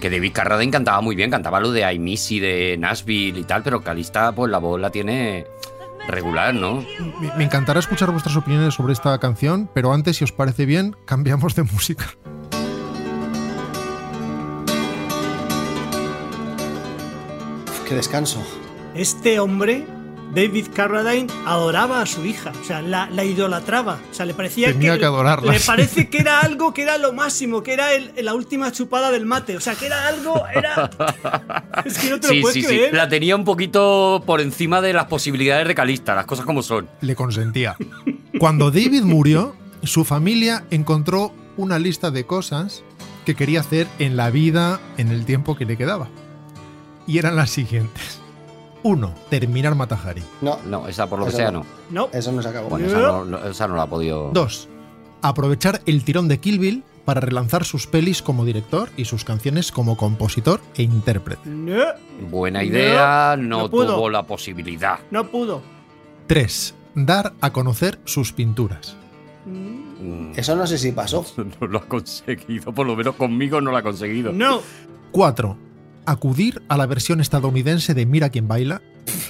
Speaker 4: Que David Carradine cantaba muy bien, cantaba lo de I Miss You de Nashville y tal, pero Calista, pues la voz la tiene regular, ¿no?
Speaker 2: Me, me encantará escuchar vuestras opiniones sobre esta canción, pero antes, si os parece bien, cambiamos de música.
Speaker 5: Uf, qué descanso.
Speaker 3: Este hombre, David Carradine, adoraba a su hija. O sea, la, la idolatraba. O sea, le parecía
Speaker 2: Tenía que adorarla,
Speaker 3: Le
Speaker 2: sí.
Speaker 3: parece que era algo que era lo máximo, que era el- la última chupada del mate. O sea, que era algo. Era. Es que no te lo
Speaker 4: Sí,
Speaker 3: puedes
Speaker 4: sí, sí.
Speaker 3: creer.
Speaker 4: La tenía un poquito por encima de las posibilidades de Calista, las cosas como son.
Speaker 2: Le consentía. Cuando David murió, su familia encontró una lista de cosas que quería hacer en la vida en el tiempo que le quedaba. Y eran las siguientes. 1. Terminar Matahari.
Speaker 5: No,
Speaker 4: No, esa por lo que
Speaker 5: Eso
Speaker 4: sea
Speaker 5: no.
Speaker 3: No.
Speaker 4: no.
Speaker 5: eso no se acabó.
Speaker 4: Bueno, esa no, no- esa no la ha podido.
Speaker 2: 2. Aprovechar el tirón de Kill Bill para relanzar sus pelis como director y sus canciones como compositor e intérprete.
Speaker 3: No,
Speaker 4: Buena idea,
Speaker 3: No,
Speaker 4: no,
Speaker 3: no pudo.
Speaker 4: tuvo la posibilidad.
Speaker 3: no pudo.
Speaker 2: 3. Dar a conocer sus pinturas.
Speaker 4: Mm, (laughs)
Speaker 5: Eso no sé si pasó.
Speaker 4: No lo ha conseguido, por lo menos conmigo no lo ha conseguido.
Speaker 3: No.
Speaker 2: 4. Acudir a la versión estadounidense de Mira quien baila.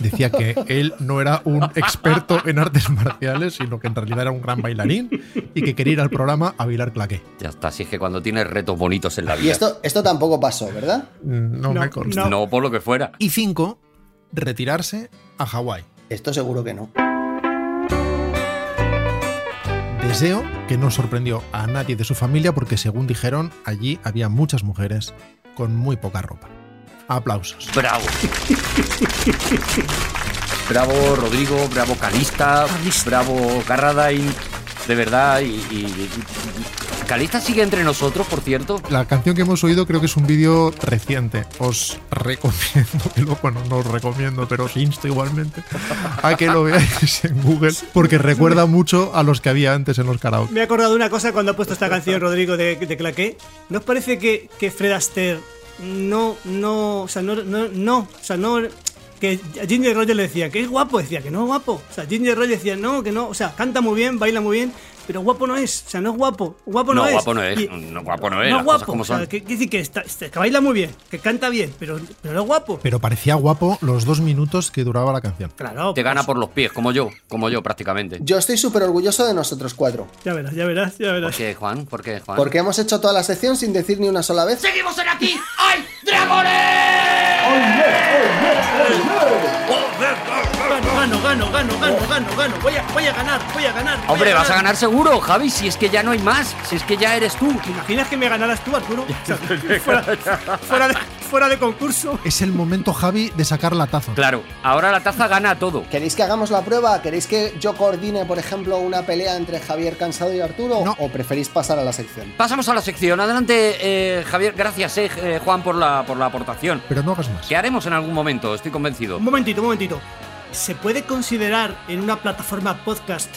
Speaker 2: Decía que él no era un experto en artes marciales, sino que en realidad era un gran bailarín y que quería ir al programa a bailar claqué.
Speaker 4: Ya está, si es que cuando tienes retos bonitos en la
Speaker 5: Y
Speaker 4: vida.
Speaker 5: esto, esto tampoco pasó, ¿verdad?
Speaker 2: Mm, No,
Speaker 3: No,
Speaker 2: me consta.
Speaker 4: No. por lo que fuera.
Speaker 2: Y 5. Retirarse a Hawái.
Speaker 5: Esto seguro que no.
Speaker 2: Deseo que no sorprendió a nadie de su familia porque según dijeron, allí había muchas mujeres con muy poca ropa. Aplausos.
Speaker 4: Bravo. bravo Rodrigo, bravo Calista, bravo Carradine. De verdad, y, y- y- Calista sigue entre nosotros, por cierto.
Speaker 2: La canción que hemos oído creo que es un vídeo reciente. Os recomiendo (laughs) que lo, bueno, no os recomiendo, pero os insto igualmente a que lo veáis en Google porque recuerda mucho a los que había antes en los karaoke.
Speaker 3: Me he acordado de una cosa cuando ha puesto esta canción Rodrigo de, de Claqué. ¿No os parece que, que Fred Astaire no, no, o sea, no, no, no, o sea, no, que a Ginger Rogers le decía que es guapo, decía que no es guapo. O sea, Ginger Rogers decía no, que no, o sea, canta muy bien, baila muy bien, pero guapo no es, o sea, no es guapo, guapo no,
Speaker 4: no,
Speaker 3: es.
Speaker 4: guapo no es.
Speaker 3: Y-
Speaker 4: No, guapo no es.
Speaker 3: no es
Speaker 4: las cosas
Speaker 3: guapo,
Speaker 4: como
Speaker 3: o sea,
Speaker 4: son.
Speaker 3: que, que decir que, está- está- que baila muy bien, que canta bien, pero, pero no es guapo.
Speaker 2: Pero parecía guapo los dos minutos que duraba la canción.
Speaker 3: claro, pues,
Speaker 4: Te gana por los pies, como yo, como yo prácticamente.
Speaker 5: Yo estoy súper orgulloso de nosotros cuatro.
Speaker 3: ya verás, ya verás, ya
Speaker 4: ¿Por
Speaker 3: verás.
Speaker 4: qué, Juan? ¿Por qué, Juan?
Speaker 5: Porque hemos hecho toda la sección sin decir ni una sola vez.
Speaker 1: ¡Seguimos en aquí! ¡Hay dragones!
Speaker 3: Gano, gano, gano, gano, gano, gano, voy a, voy a ganar, voy a ganar. voy
Speaker 4: Hombre, vas a ganar seguro, Javi, si es que ya no hay más, si es que ya eres tú.
Speaker 2: (laughs)
Speaker 3: ¿Te imaginas que me ganaras tú, Arturo? O sea, fuera, fuera de, fuera de concurso.
Speaker 2: Es el momento, Javi, de sacar la taza.
Speaker 4: Claro, ahora la taza gana todo.
Speaker 5: ¿Queréis que hagamos la prueba? ¿Queréis que yo coordine, por ejemplo, una pelea entre Javier Cansado y Arturo?
Speaker 2: No.
Speaker 5: ¿O preferís pasar a la sección?
Speaker 4: Pasamos a la sección. Adelante, eh, Javier. Gracias, eh, eh, Juan, por la, por la aportación.
Speaker 2: Pero no hagas más.
Speaker 4: Que haremos en algún momento, estoy convencido.
Speaker 3: Un momentito, un momentito. ¿Se puede considerar en una plataforma podcast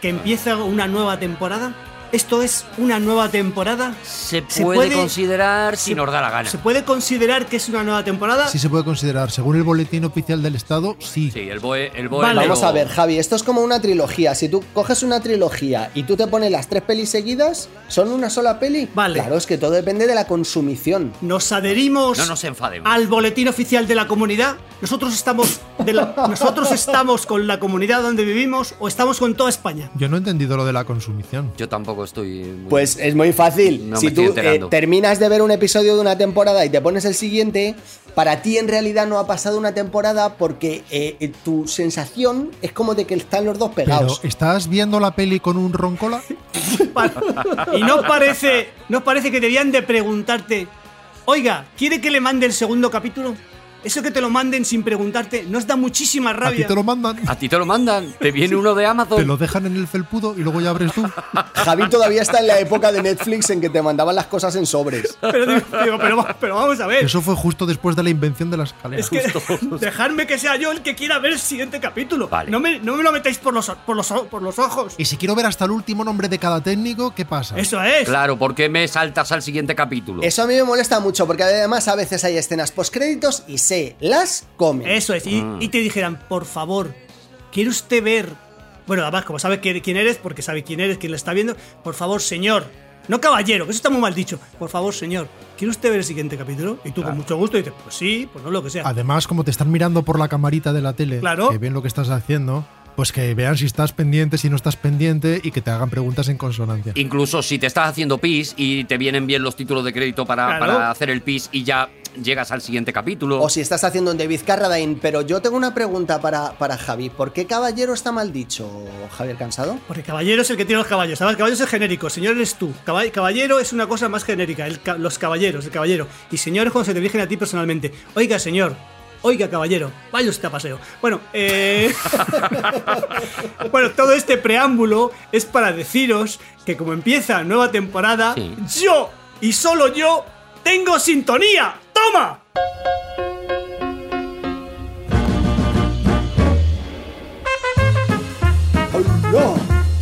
Speaker 3: que empieza una nueva temporada? ¿Esto es una nueva temporada?
Speaker 4: Se puede,
Speaker 3: ¿Se puede-
Speaker 4: considerar si
Speaker 3: se-
Speaker 4: nos da la gana.
Speaker 3: ¿Se puede considerar que es una nueva temporada?
Speaker 2: Sí se puede considerar. Según el boletín oficial del Estado, sí.
Speaker 4: Sí, el BOE. El BOE
Speaker 3: Vale.
Speaker 4: lo-
Speaker 5: Vamos a ver, Javi, esto es como una trilogía. Si tú coges una trilogía y tú te pones las tres pelis seguidas, ¿son una sola peli?
Speaker 3: Vale.
Speaker 5: Claro, es que todo depende de la consumición.
Speaker 3: Nos adherimos
Speaker 4: No nos enfademos.
Speaker 3: al boletín oficial de la comunidad. Nosotros estamos, de la- nosotros estamos con la comunidad donde vivimos o estamos con toda España.
Speaker 2: Yo no he entendido lo de la consumición.
Speaker 4: Yo tampoco estoy. muy-
Speaker 5: Pues es muy fácil.
Speaker 4: No me
Speaker 5: si
Speaker 4: estoy
Speaker 5: tú eh,
Speaker 4: enterando.
Speaker 5: terminas de ver un episodio de una temporada y te pones el siguiente, para ti en realidad no ha pasado una temporada porque eh, eh, tu sensación es como de que están los dos
Speaker 2: Pero,
Speaker 5: pegados.
Speaker 2: ¿estás viendo la peli con un roncola?
Speaker 3: Pa- Y no parece, no parece que debían de preguntarte, oiga, ¿quiere que le mande el segundo capítulo? Eso que te lo manden sin preguntarte nos da muchísima
Speaker 2: A ti
Speaker 3: rabia.
Speaker 2: te lo mandan,
Speaker 4: A ti te lo mandan. Te viene uno de Amazon.
Speaker 2: te lo dejan en el felpudo y luego ya abres tú.
Speaker 5: Javi todavía está en la época de Netflix en que te mandaban las cosas en sobres.
Speaker 3: Pero,
Speaker 2: (laughs)
Speaker 3: digo- digo, pero, va- pero vamos a (laughs) ver.
Speaker 2: Eso fue justo después de la invención de las escaleras.
Speaker 3: Es que (laughs) dejarme que sea yo el que quiera ver el siguiente capítulo.
Speaker 4: Vale.
Speaker 3: No, me, no me lo metáis por los, o- por los, o- por los ojos.
Speaker 2: Y si quiero ver hasta el último nombre de cada técnico, ¿qué pasa?
Speaker 3: Eso es.
Speaker 4: Claro, ¿por qué me saltas al siguiente capítulo?
Speaker 5: Eso a mí me molesta mucho porque además a veces hay escenas postcréditos y se las comen.
Speaker 3: Eso es. Y, y te dijeran, por favor, ¿quiere usted ver? Bueno, además, como sabe que- quién eres, porque sabe quién eres, quién lo está viendo, por favor, señor. No caballero, que eso está muy mal dicho. Por favor, señor, ¿quiere usted ver el siguiente capítulo? Y tú con mucho gusto dices, pues sí, pues no, lo que sea.
Speaker 2: Además, como te están mirando por la camarita de la tele,
Speaker 3: Claro.
Speaker 2: que ven lo que estás haciendo, pues que vean si estás pendiente, si no estás pendiente y que te hagan preguntas en consonancia.
Speaker 4: Incluso si te estás haciendo pis y te vienen bien los títulos de crédito para,
Speaker 3: Claro.
Speaker 4: para hacer el pis y ya llegas al siguiente capítulo.
Speaker 5: O si estás haciendo un David Carradine, pero yo tengo una pregunta para, para Javi. ¿Por qué caballero está mal dicho, Javier Cansado?
Speaker 3: Porque caballero es el que tiene los caballos. Además, caballero es el genérico, señor eres tú. Caba- Caballero es una cosa más genérica, el ca- los caballeros, el caballero. Y señor es cuando se te dirigen a ti personalmente. Oiga, señor. Oiga, caballero, vaya usted a paseo. Bueno, eh... (laughs) bueno, todo este preámbulo es para deciros que como empieza nueva temporada,
Speaker 4: Sí.
Speaker 3: yo y solo yo tengo sintonía. ¡Toma!
Speaker 5: ¡Hola!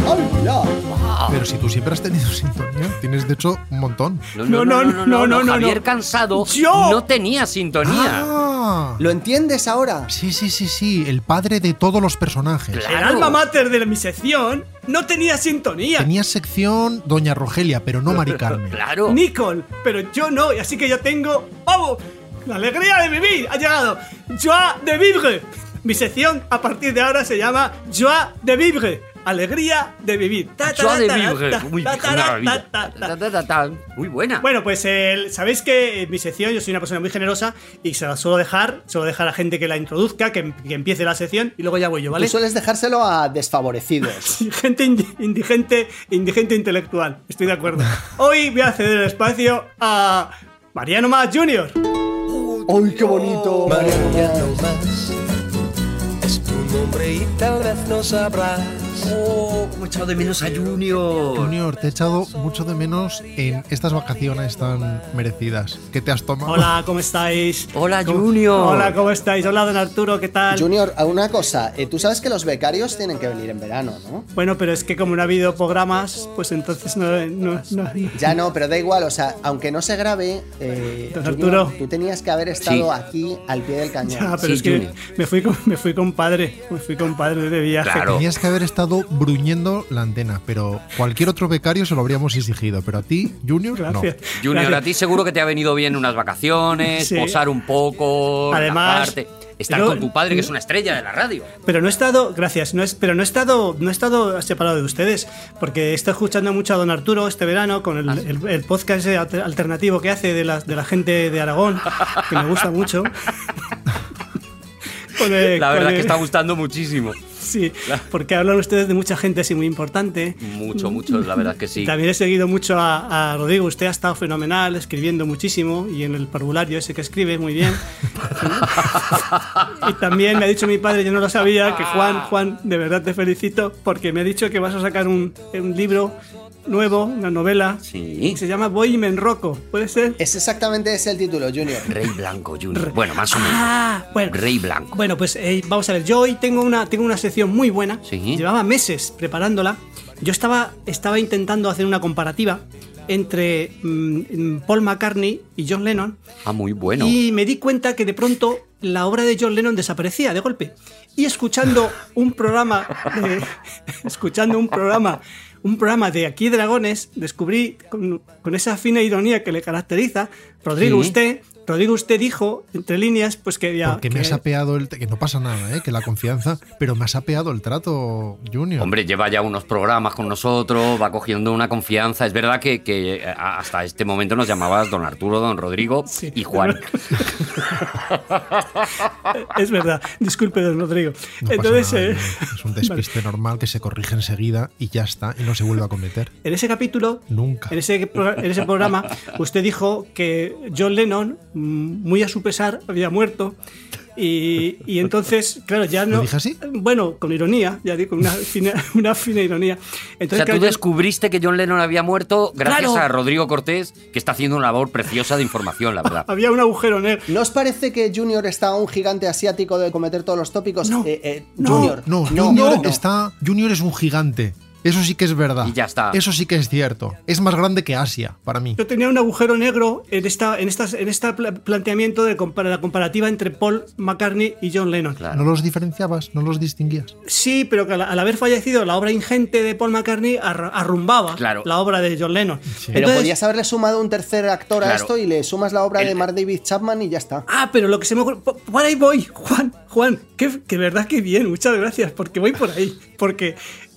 Speaker 5: ¡Hola!
Speaker 2: Pero si tú siempre has tenido (laughs) sintonía, tienes de hecho un montón.
Speaker 3: no, no, no, no, no.
Speaker 4: Javier Cansado
Speaker 3: Yo.
Speaker 4: no tenía sintonía.
Speaker 2: Ah,
Speaker 5: ¿Lo entiendes ahora?
Speaker 2: sí, sí, sí, sí, el padre de todos los personajes.
Speaker 4: Claro.
Speaker 3: El alma mater de mi sección no tenía sintonía.
Speaker 2: Tenía sección Doña Rogelia, pero no Mari
Speaker 3: (laughs)
Speaker 2: Carmen.
Speaker 3: Oh.
Speaker 4: Claro.
Speaker 3: Nicole, pero yo no, y así que yo tengo. ¡Oh! La alegría de vivir ha llegado. Joie de vivre. Mi sección a partir de ahora se llama Joie de vivre. Alegría de vivir. Ta, ta,
Speaker 4: Joie de
Speaker 3: ta, ta,
Speaker 4: vivre.
Speaker 3: ta,
Speaker 4: Uy,
Speaker 3: ta,
Speaker 4: qué
Speaker 3: ta,
Speaker 4: maravilla.
Speaker 3: ta, ta, ta.
Speaker 4: Ta, ta, ta, ta. Muy buena.
Speaker 3: Bueno, pues el- sabéis que en mi sección yo soy una persona muy generosa y se la suelo dejar, suelo dejar a gente que la introduzca, que, que empiece la sección y luego ya voy yo, ¿vale?
Speaker 5: Tú sueles dejárselo a desfavorecidos.
Speaker 3: Gente indi- indigente, indigente intelectual, estoy de acuerdo. Hoy voy a ceder el espacio a Mariano Más Jr.
Speaker 5: ¡Ay, qué bonito!
Speaker 7: Mariano más es tu nombre y tal vez no sabrás.
Speaker 4: Oh, cómo he echado de menos a Junior.
Speaker 2: Junior, te he echado mucho de menos en estas vacaciones tan merecidas. ¿Qué te has tomado?
Speaker 3: Hola, ¿cómo estáis?
Speaker 4: Hola,
Speaker 3: ¿Cómo-
Speaker 4: Junior.
Speaker 3: Hola, ¿cómo estáis? Hola, don Arturo, ¿qué tal?
Speaker 5: Junior, a una cosa, eh, tú sabes que los becarios tienen que venir en verano, ¿no?
Speaker 3: Bueno, pero es que como no ha habido programas, pues entonces no. no, no-
Speaker 5: Ya no, pero da igual, o sea, aunque no se grabe, eh,
Speaker 3: Don
Speaker 5: Junior,
Speaker 3: Arturo.
Speaker 5: tú tenías que haber estado aquí al pie del
Speaker 3: Ya,
Speaker 5: cañón.
Speaker 3: pero
Speaker 4: Sí,
Speaker 3: es que
Speaker 4: Junior.
Speaker 3: me fui, con, me fui con padre, me fui con padre de viaje.
Speaker 4: Claro.
Speaker 2: Tenías que haber estado bruñendo la antena, pero cualquier otro becario se lo habríamos exigido, pero a ti, Junior,
Speaker 3: (laughs) Gracias.
Speaker 2: no.
Speaker 4: Junior,
Speaker 3: Gracias.
Speaker 4: a ti seguro que te ha venido bien unas vacaciones,
Speaker 3: Sí.
Speaker 4: posar un poco,
Speaker 3: Además,
Speaker 4: relajarte, estar
Speaker 3: yo-
Speaker 4: con tu padre, que es una estrella de la radio.
Speaker 3: Pero no he estado, gracias, no es, pero no he estado, no he estado separado de ustedes, porque he estado escuchando mucho a don Arturo este verano con el,
Speaker 4: Ah,
Speaker 3: el- el podcast ese alter- alternativo que hace de la, de la gente de Aragón,
Speaker 4: (laughs)
Speaker 3: que me gusta mucho. Con el-
Speaker 4: La
Speaker 3: con
Speaker 4: verdad
Speaker 3: Eh,
Speaker 4: es que
Speaker 3: el- (laughs)
Speaker 4: está gustando muchísimo.
Speaker 3: Sí, porque hablan ustedes de mucha gente así muy importante.
Speaker 4: Mucho, mucho, la verdad que sí.
Speaker 3: También he seguido mucho a, a Rodrigo. Usted ha estado fenomenal, escribiendo muchísimo y en el parvulario ese que escribe muy
Speaker 4: (laughs)
Speaker 3: bien. y también me ha dicho mi padre, yo no lo sabía,
Speaker 4: Ah.
Speaker 3: que Juan, Juan, de verdad te felicito porque me ha dicho que vas a sacar un, un libro nuevo, una novela.
Speaker 4: Sí. Eh.
Speaker 3: que Se llama Voy y me enroco. ¿Puede ser?
Speaker 5: Es exactamente ese el título, Junior.
Speaker 4: Rey Blanco Junior. Bueno, más o menos.
Speaker 3: Ah, bueno.
Speaker 4: Rey Blanco.
Speaker 3: Bueno, pues eh, vamos a ver. Yo hoy tengo una, tengo una sección muy buena.
Speaker 4: Sí.
Speaker 3: Llevaba meses preparándola. Yo estaba, estaba intentando hacer una comparativa entre mm, mm, Paul McCartney y John Lennon.
Speaker 4: Ah, muy bueno.
Speaker 3: Y me di cuenta que de pronto la obra de John Lennon desaparecía de golpe. Y
Speaker 4: (laughs)
Speaker 3: escuchando un programa, de- escuchando un programa, un programa de aquí Dragones, descubrí con, con esa fina ironía que le caracteriza, Rodrigo,
Speaker 4: Sí.
Speaker 3: usted, Rodrigo, usted dijo entre líneas, pues que había
Speaker 2: Porque me has apeado el. Que no pasa nada, ¿eh? Que la confianza. Pero me has apeado el trato, Junior.
Speaker 4: Hombre, lleva ya unos programas con nosotros, va cogiendo una confianza. Es verdad que, que a- hasta este momento nos llamabas don Arturo, don Rodrigo
Speaker 3: Sí.
Speaker 4: y Juan.
Speaker 3: es verdad, disculpe, don Rodrigo.
Speaker 2: No pasa
Speaker 3: Entonces,
Speaker 2: nada,
Speaker 3: eh,
Speaker 2: Junior. es un despiste normal que se corrige enseguida y ya está, y no se vuelve a cometer.
Speaker 3: en ese capítulo
Speaker 2: Nunca.
Speaker 3: En ese, pro- en ese programa, usted dijo que John Lennon, mm, muy a su pesar, había muerto. Y, y entonces, claro, ya no.
Speaker 2: ¿Lo dije así?
Speaker 3: Bueno, con ironía, ya digo, una fina, una fina ironía.
Speaker 4: O
Speaker 3: Entonces,
Speaker 4: sea, tú
Speaker 3: claro, yo-
Speaker 4: descubriste que John Lennon había muerto gracias
Speaker 3: Claro.
Speaker 4: a Rodrigo Cortés, que está haciendo una labor preciosa de información,
Speaker 3: (laughs)
Speaker 4: la verdad.
Speaker 3: había un agujero en él.
Speaker 5: ¿No os parece que Junior está un gigante asiático de cometer todos los tópicos?
Speaker 3: No,
Speaker 5: Eh, eh,
Speaker 3: no,
Speaker 5: Junior,
Speaker 2: No, Junior está. Junior es un gigante. Eso sí que es verdad.
Speaker 4: Y ya está.
Speaker 2: Eso sí que es cierto. Es más grande que Asia, para mí.
Speaker 3: Yo tenía un agujero negro en esta, en estas, en este planteamiento de compara- la comparativa entre Paul McCartney y John Lennon.
Speaker 4: Claro.
Speaker 2: No los diferenciabas, no los distinguías.
Speaker 3: Sí, pero que al, al haber fallecido la obra ingente de Paul McCartney arr- arrumbaba
Speaker 4: Claro.
Speaker 3: la obra de John Lennon.
Speaker 5: Pero
Speaker 3: Entonces-
Speaker 5: podías haberle sumado un tercer actor a
Speaker 4: Claro.
Speaker 5: esto y le sumas la obra
Speaker 4: El-
Speaker 5: de Mark David Chapman y ya está.
Speaker 3: Ah, pero lo que se me ocurre. po- Por ahí voy, (laughs) Juan, Juan, que, que verdad que bien, muchas gracias, porque voy por ahí. Porque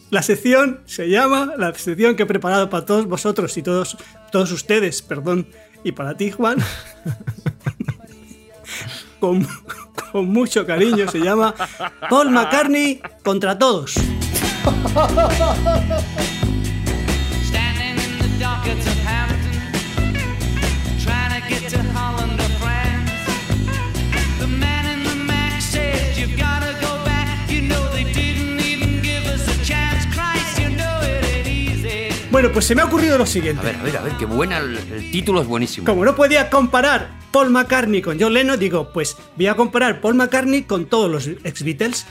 Speaker 3: la sección se llama, la sección que he preparado para todos vosotros y todos, todos ustedes, perdón, y para ti, Juan, con, con mucho cariño, se llama Paul McCartney contra todos.
Speaker 7: Standing in the dockets of Hampton, trying to get to Holland or France. The man in the Mac says, You've gotta go back. You know they didn't even give us a chance. Christ, you know it ain't easy.
Speaker 3: Bueno, pues se me ha ocurrido lo siguiente.
Speaker 4: A ver, a ver, a ver, qué buena, el, el título es buenísimo.
Speaker 3: Como no podía comparar Paul McCartney con John Lennon, digo, pues voy a comparar Paul McCartney con todos los ex Beatles,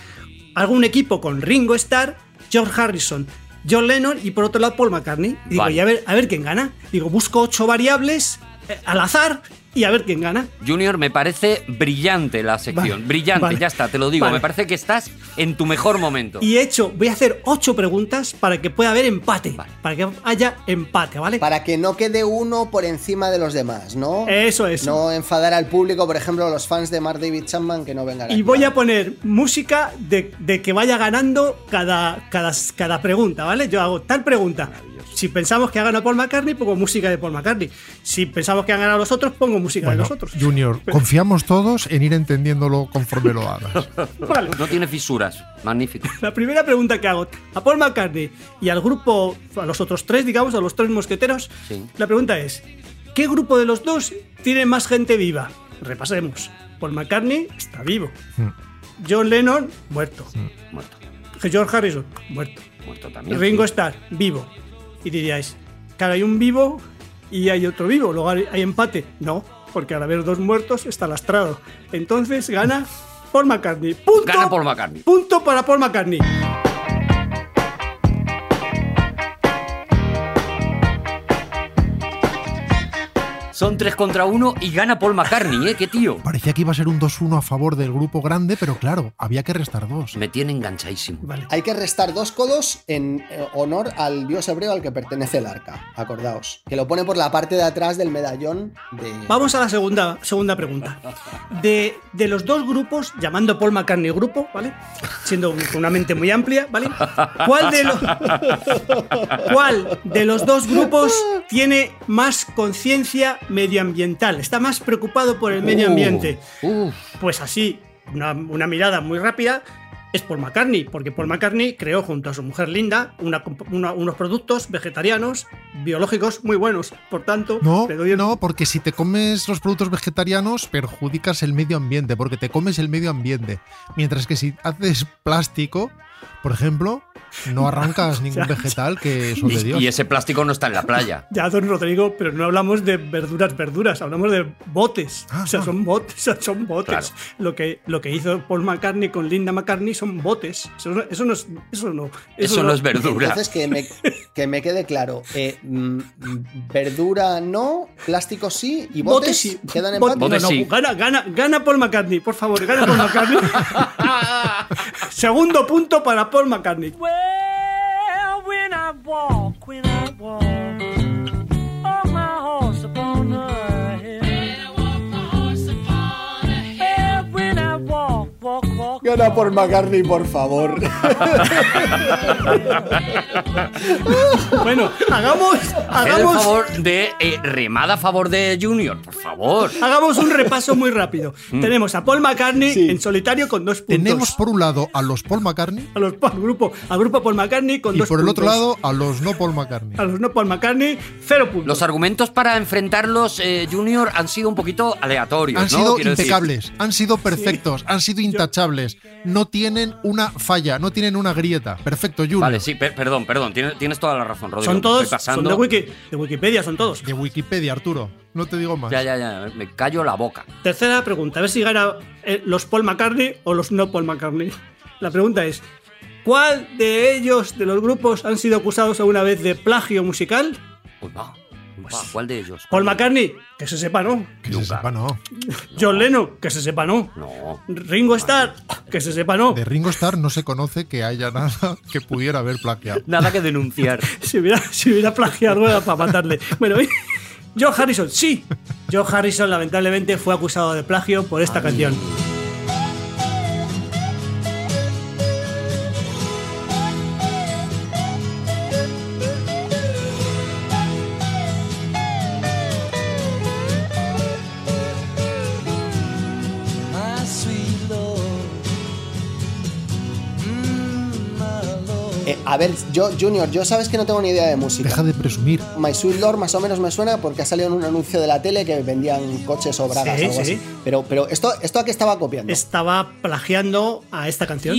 Speaker 3: algún equipo con Ringo Starr, George Harrison, John Lennon y por otro lado Paul McCartney. Y Digo,
Speaker 4: Vale.
Speaker 3: y a ver, a ver quién gana. Digo, busco ocho variables eh, al azar y a ver quién gana.
Speaker 4: Junior, me parece brillante la sección.
Speaker 3: Vale,
Speaker 4: brillante,
Speaker 3: vale.
Speaker 4: ya está, te lo digo.
Speaker 3: Vale.
Speaker 4: Me parece que estás en tu mejor momento.
Speaker 3: Y he hecho, voy a hacer ocho preguntas para que pueda haber empate,
Speaker 4: Vale.
Speaker 3: para que haya empate, ¿vale?
Speaker 5: Para que no quede uno por encima de los demás, ¿no?
Speaker 3: Eso es.
Speaker 5: No enfadar al público, por ejemplo, los fans de Mark David Chapman que no vengan.
Speaker 3: Y
Speaker 5: aquí.
Speaker 3: voy a poner música de, de que vaya ganando cada, cada, cada pregunta, ¿vale? Yo hago tal pregunta. Si pensamos que ha ganado Paul McCartney, pongo música de Paul McCartney. Si pensamos que han ganado los otros, pongo música de
Speaker 2: Bueno,
Speaker 3: los otros.
Speaker 2: Junior, confiamos todos en ir entendiéndolo conforme lo hagas.
Speaker 3: Vale.
Speaker 4: No tiene fisuras. Magnífico.
Speaker 3: La primera pregunta que hago a Paul McCartney y al grupo, a los otros tres, digamos, a los tres mosqueteros,
Speaker 4: Sí.
Speaker 3: la pregunta es, ¿qué grupo de los dos tiene más gente viva? Repasemos. Paul McCartney está vivo.
Speaker 2: Mm.
Speaker 3: John Lennon, muerto.
Speaker 4: Muerto.
Speaker 3: George Harrison, muerto.
Speaker 4: Muerto también.
Speaker 3: Ringo
Speaker 4: sí.
Speaker 3: Starr, vivo. Y diríais, claro, hay un vivo y hay otro vivo, luego hay, hay empate. No, porque al haber dos muertos está lastrado. Entonces gana Paul McCartney. Punto,
Speaker 4: Gana Paul McCartney.
Speaker 3: punto para Paul McCartney.
Speaker 4: Son tres contra uno y gana Paul McCartney, ¿eh? ¡Qué tío!
Speaker 2: (laughs) Parecía que iba a ser un 2-1 a favor del grupo grande, pero claro, había que restar dos.
Speaker 4: Me tiene enganchadísimo.
Speaker 3: Vale.
Speaker 5: Hay que restar dos codos en eh, honor al dios hebreo al que pertenece el arca, acordaos. Que lo pone por la parte de atrás del medallón de.
Speaker 3: Vamos a la segunda, segunda pregunta. De, de los dos grupos, llamando a Paul McCartney grupo, ¿vale? Siendo un- con una mente muy amplia, ¿vale? ¿Cuál de, lo- ¿Cuál de los dos grupos tiene más conciencia medioambiental? Está más
Speaker 2: Uh.
Speaker 3: preocupado por el medio ambiente.
Speaker 4: Uf,
Speaker 3: Pues así, una, una mirada muy rápida. es Paul McCartney, porque Paul McCartney creó junto a su mujer Linda una comp- una- unos productos vegetarianos biológicos muy buenos. Por tanto,
Speaker 2: No,
Speaker 3: te doy el-
Speaker 2: no, porque si te comes los productos vegetarianos perjudicas el medio ambiente, porque te comes el medio ambiente. Mientras que si haces plástico, por ejemplo, no arrancas ningún vegetal que son de
Speaker 4: Y,
Speaker 2: Dios.
Speaker 4: y ese plástico no está en la playa.
Speaker 3: Ya, don Rodrigo, pero no hablamos de verduras, verduras, hablamos de botes. O
Speaker 4: Ah,
Speaker 3: sea, son botes, (laughs) son botes. Lo, que, lo que hizo Paul McCartney con Linda McCartney son botes. Eso, no- eso no es. Eso no, eso
Speaker 4: Eso no es verdura.
Speaker 5: Entonces, que me, que me quede claro, eh, mm, mm, verdura no, plástico sí y botes,
Speaker 3: Botes sí.
Speaker 5: quedan en
Speaker 3: Botes-
Speaker 4: Botes
Speaker 3: no, no,
Speaker 4: sí.
Speaker 3: Gana, gana, gana Paul McCartney, por favor, gana Paul
Speaker 4: (laughs)
Speaker 3: McCartney. Segundo punto para Paul McCartney.
Speaker 7: Well, when I walk, when I walk, on my horse upon a hill. When I walk my horse upon a hill. Well, when I walk, walk, walk.
Speaker 5: Gana por McCartney, por favor.
Speaker 3: Bueno, hagamos,
Speaker 4: Haced el
Speaker 3: hagamos,
Speaker 4: favor de eh, remada a favor de Junior, por favor.
Speaker 3: hagamos un repaso muy rápido.
Speaker 4: Mm.
Speaker 3: Tenemos a Paul McCartney en solitario con dos puntos.
Speaker 2: Tenemos por un lado a los Paul McCartney
Speaker 3: a los, al, grupo, al grupo Paul McCartney con
Speaker 2: y
Speaker 3: dos
Speaker 2: por el otro
Speaker 3: puntos.
Speaker 2: lado a los no Paul McCartney.
Speaker 3: a los no Paul McCartney, cero puntos.
Speaker 4: Los argumentos para enfrentarlos, eh, Junior, han sido un poquito aleatorios.
Speaker 2: Han
Speaker 4: ¿no?
Speaker 2: sido
Speaker 4: Quiero decir,
Speaker 2: impecables, han sido perfectos, han sido intachables, no tienen una falla, no tienen una grieta. Perfecto, Jun.
Speaker 4: Vale, sí, per- perdón, perdón. Tienes, tienes toda la razón, Rodrigo.
Speaker 3: son todos,
Speaker 4: Estoy
Speaker 3: son
Speaker 4: pasando.
Speaker 3: de, Wiki- de Wikipedia, son todos.
Speaker 2: De Wikipedia, Arturo. No te digo más.
Speaker 4: Ya, ya, ya. Me callo la boca.
Speaker 3: Tercera pregunta, a ver si gana eh, los Paul McCartney o los no Paul McCartney. La pregunta es, ¿cuál de ellos, de los grupos, han sido acusados alguna vez de plagio musical?
Speaker 4: Uy, Pues va. Uy, va, ¿Cuál de ellos?
Speaker 3: Paul McCartney, que se sepa no.
Speaker 2: Que se sepa, no.
Speaker 3: John Lennon, que se sepa no.
Speaker 4: No.
Speaker 3: Ringo Starr, que se sepa no.
Speaker 2: De Ringo Starr no se conoce que haya nada (laughs) que pudiera haber plagiado.
Speaker 4: Nada que denunciar.
Speaker 3: Si hubiera, si hubiera plagiado era para matarle. Bueno, y- George Harrison, sí. George Harrison lamentablemente fue acusado de plagio por esta canción.
Speaker 5: Eh, a ver, yo, Junior, yo sabes que no tengo ni idea de música.
Speaker 2: Deja de presumir.
Speaker 5: My Sweet Lord más o menos me suena porque ha salido en un anuncio de la tele que vendían coches o bragas
Speaker 3: Sí,
Speaker 5: o algo
Speaker 3: sí.
Speaker 5: así. Pero, pero esto, ¿esto a qué estaba copiando?
Speaker 3: Estaba plagiando a esta canción.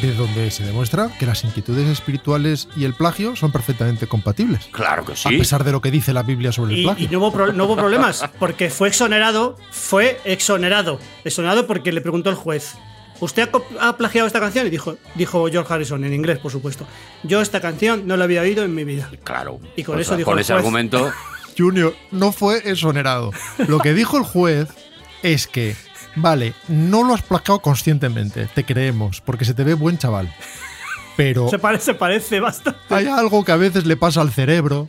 Speaker 2: De donde se demuestra que las inquietudes espirituales y el plagio son perfectamente compatibles.
Speaker 4: (laughs) Claro que
Speaker 2: A
Speaker 4: sí.
Speaker 2: pesar de lo que dice la Biblia sobre el
Speaker 3: Y, y
Speaker 2: plagio.
Speaker 3: no, hubo pro- no hubo problemas, porque fue exonerado, fue exonerado. Exonerado porque le preguntó el juez, ¿usted ha, co- ha plagiado esta canción? Y dijo, dijo George Harrison, en inglés, por supuesto. Yo esta canción no la había oído en mi vida.
Speaker 4: Claro.
Speaker 3: Y con
Speaker 4: O
Speaker 3: eso
Speaker 4: sea,
Speaker 3: dijo
Speaker 4: Con
Speaker 3: el
Speaker 4: ese
Speaker 3: juez.
Speaker 4: argumento.
Speaker 2: Junior no fue exonerado. Lo que dijo el juez es que, vale, no lo has plagiado conscientemente, te creemos, porque se te ve buen chaval. Pero
Speaker 3: Se parece, se parece bastante.
Speaker 2: hay algo que a veces le pasa al cerebro,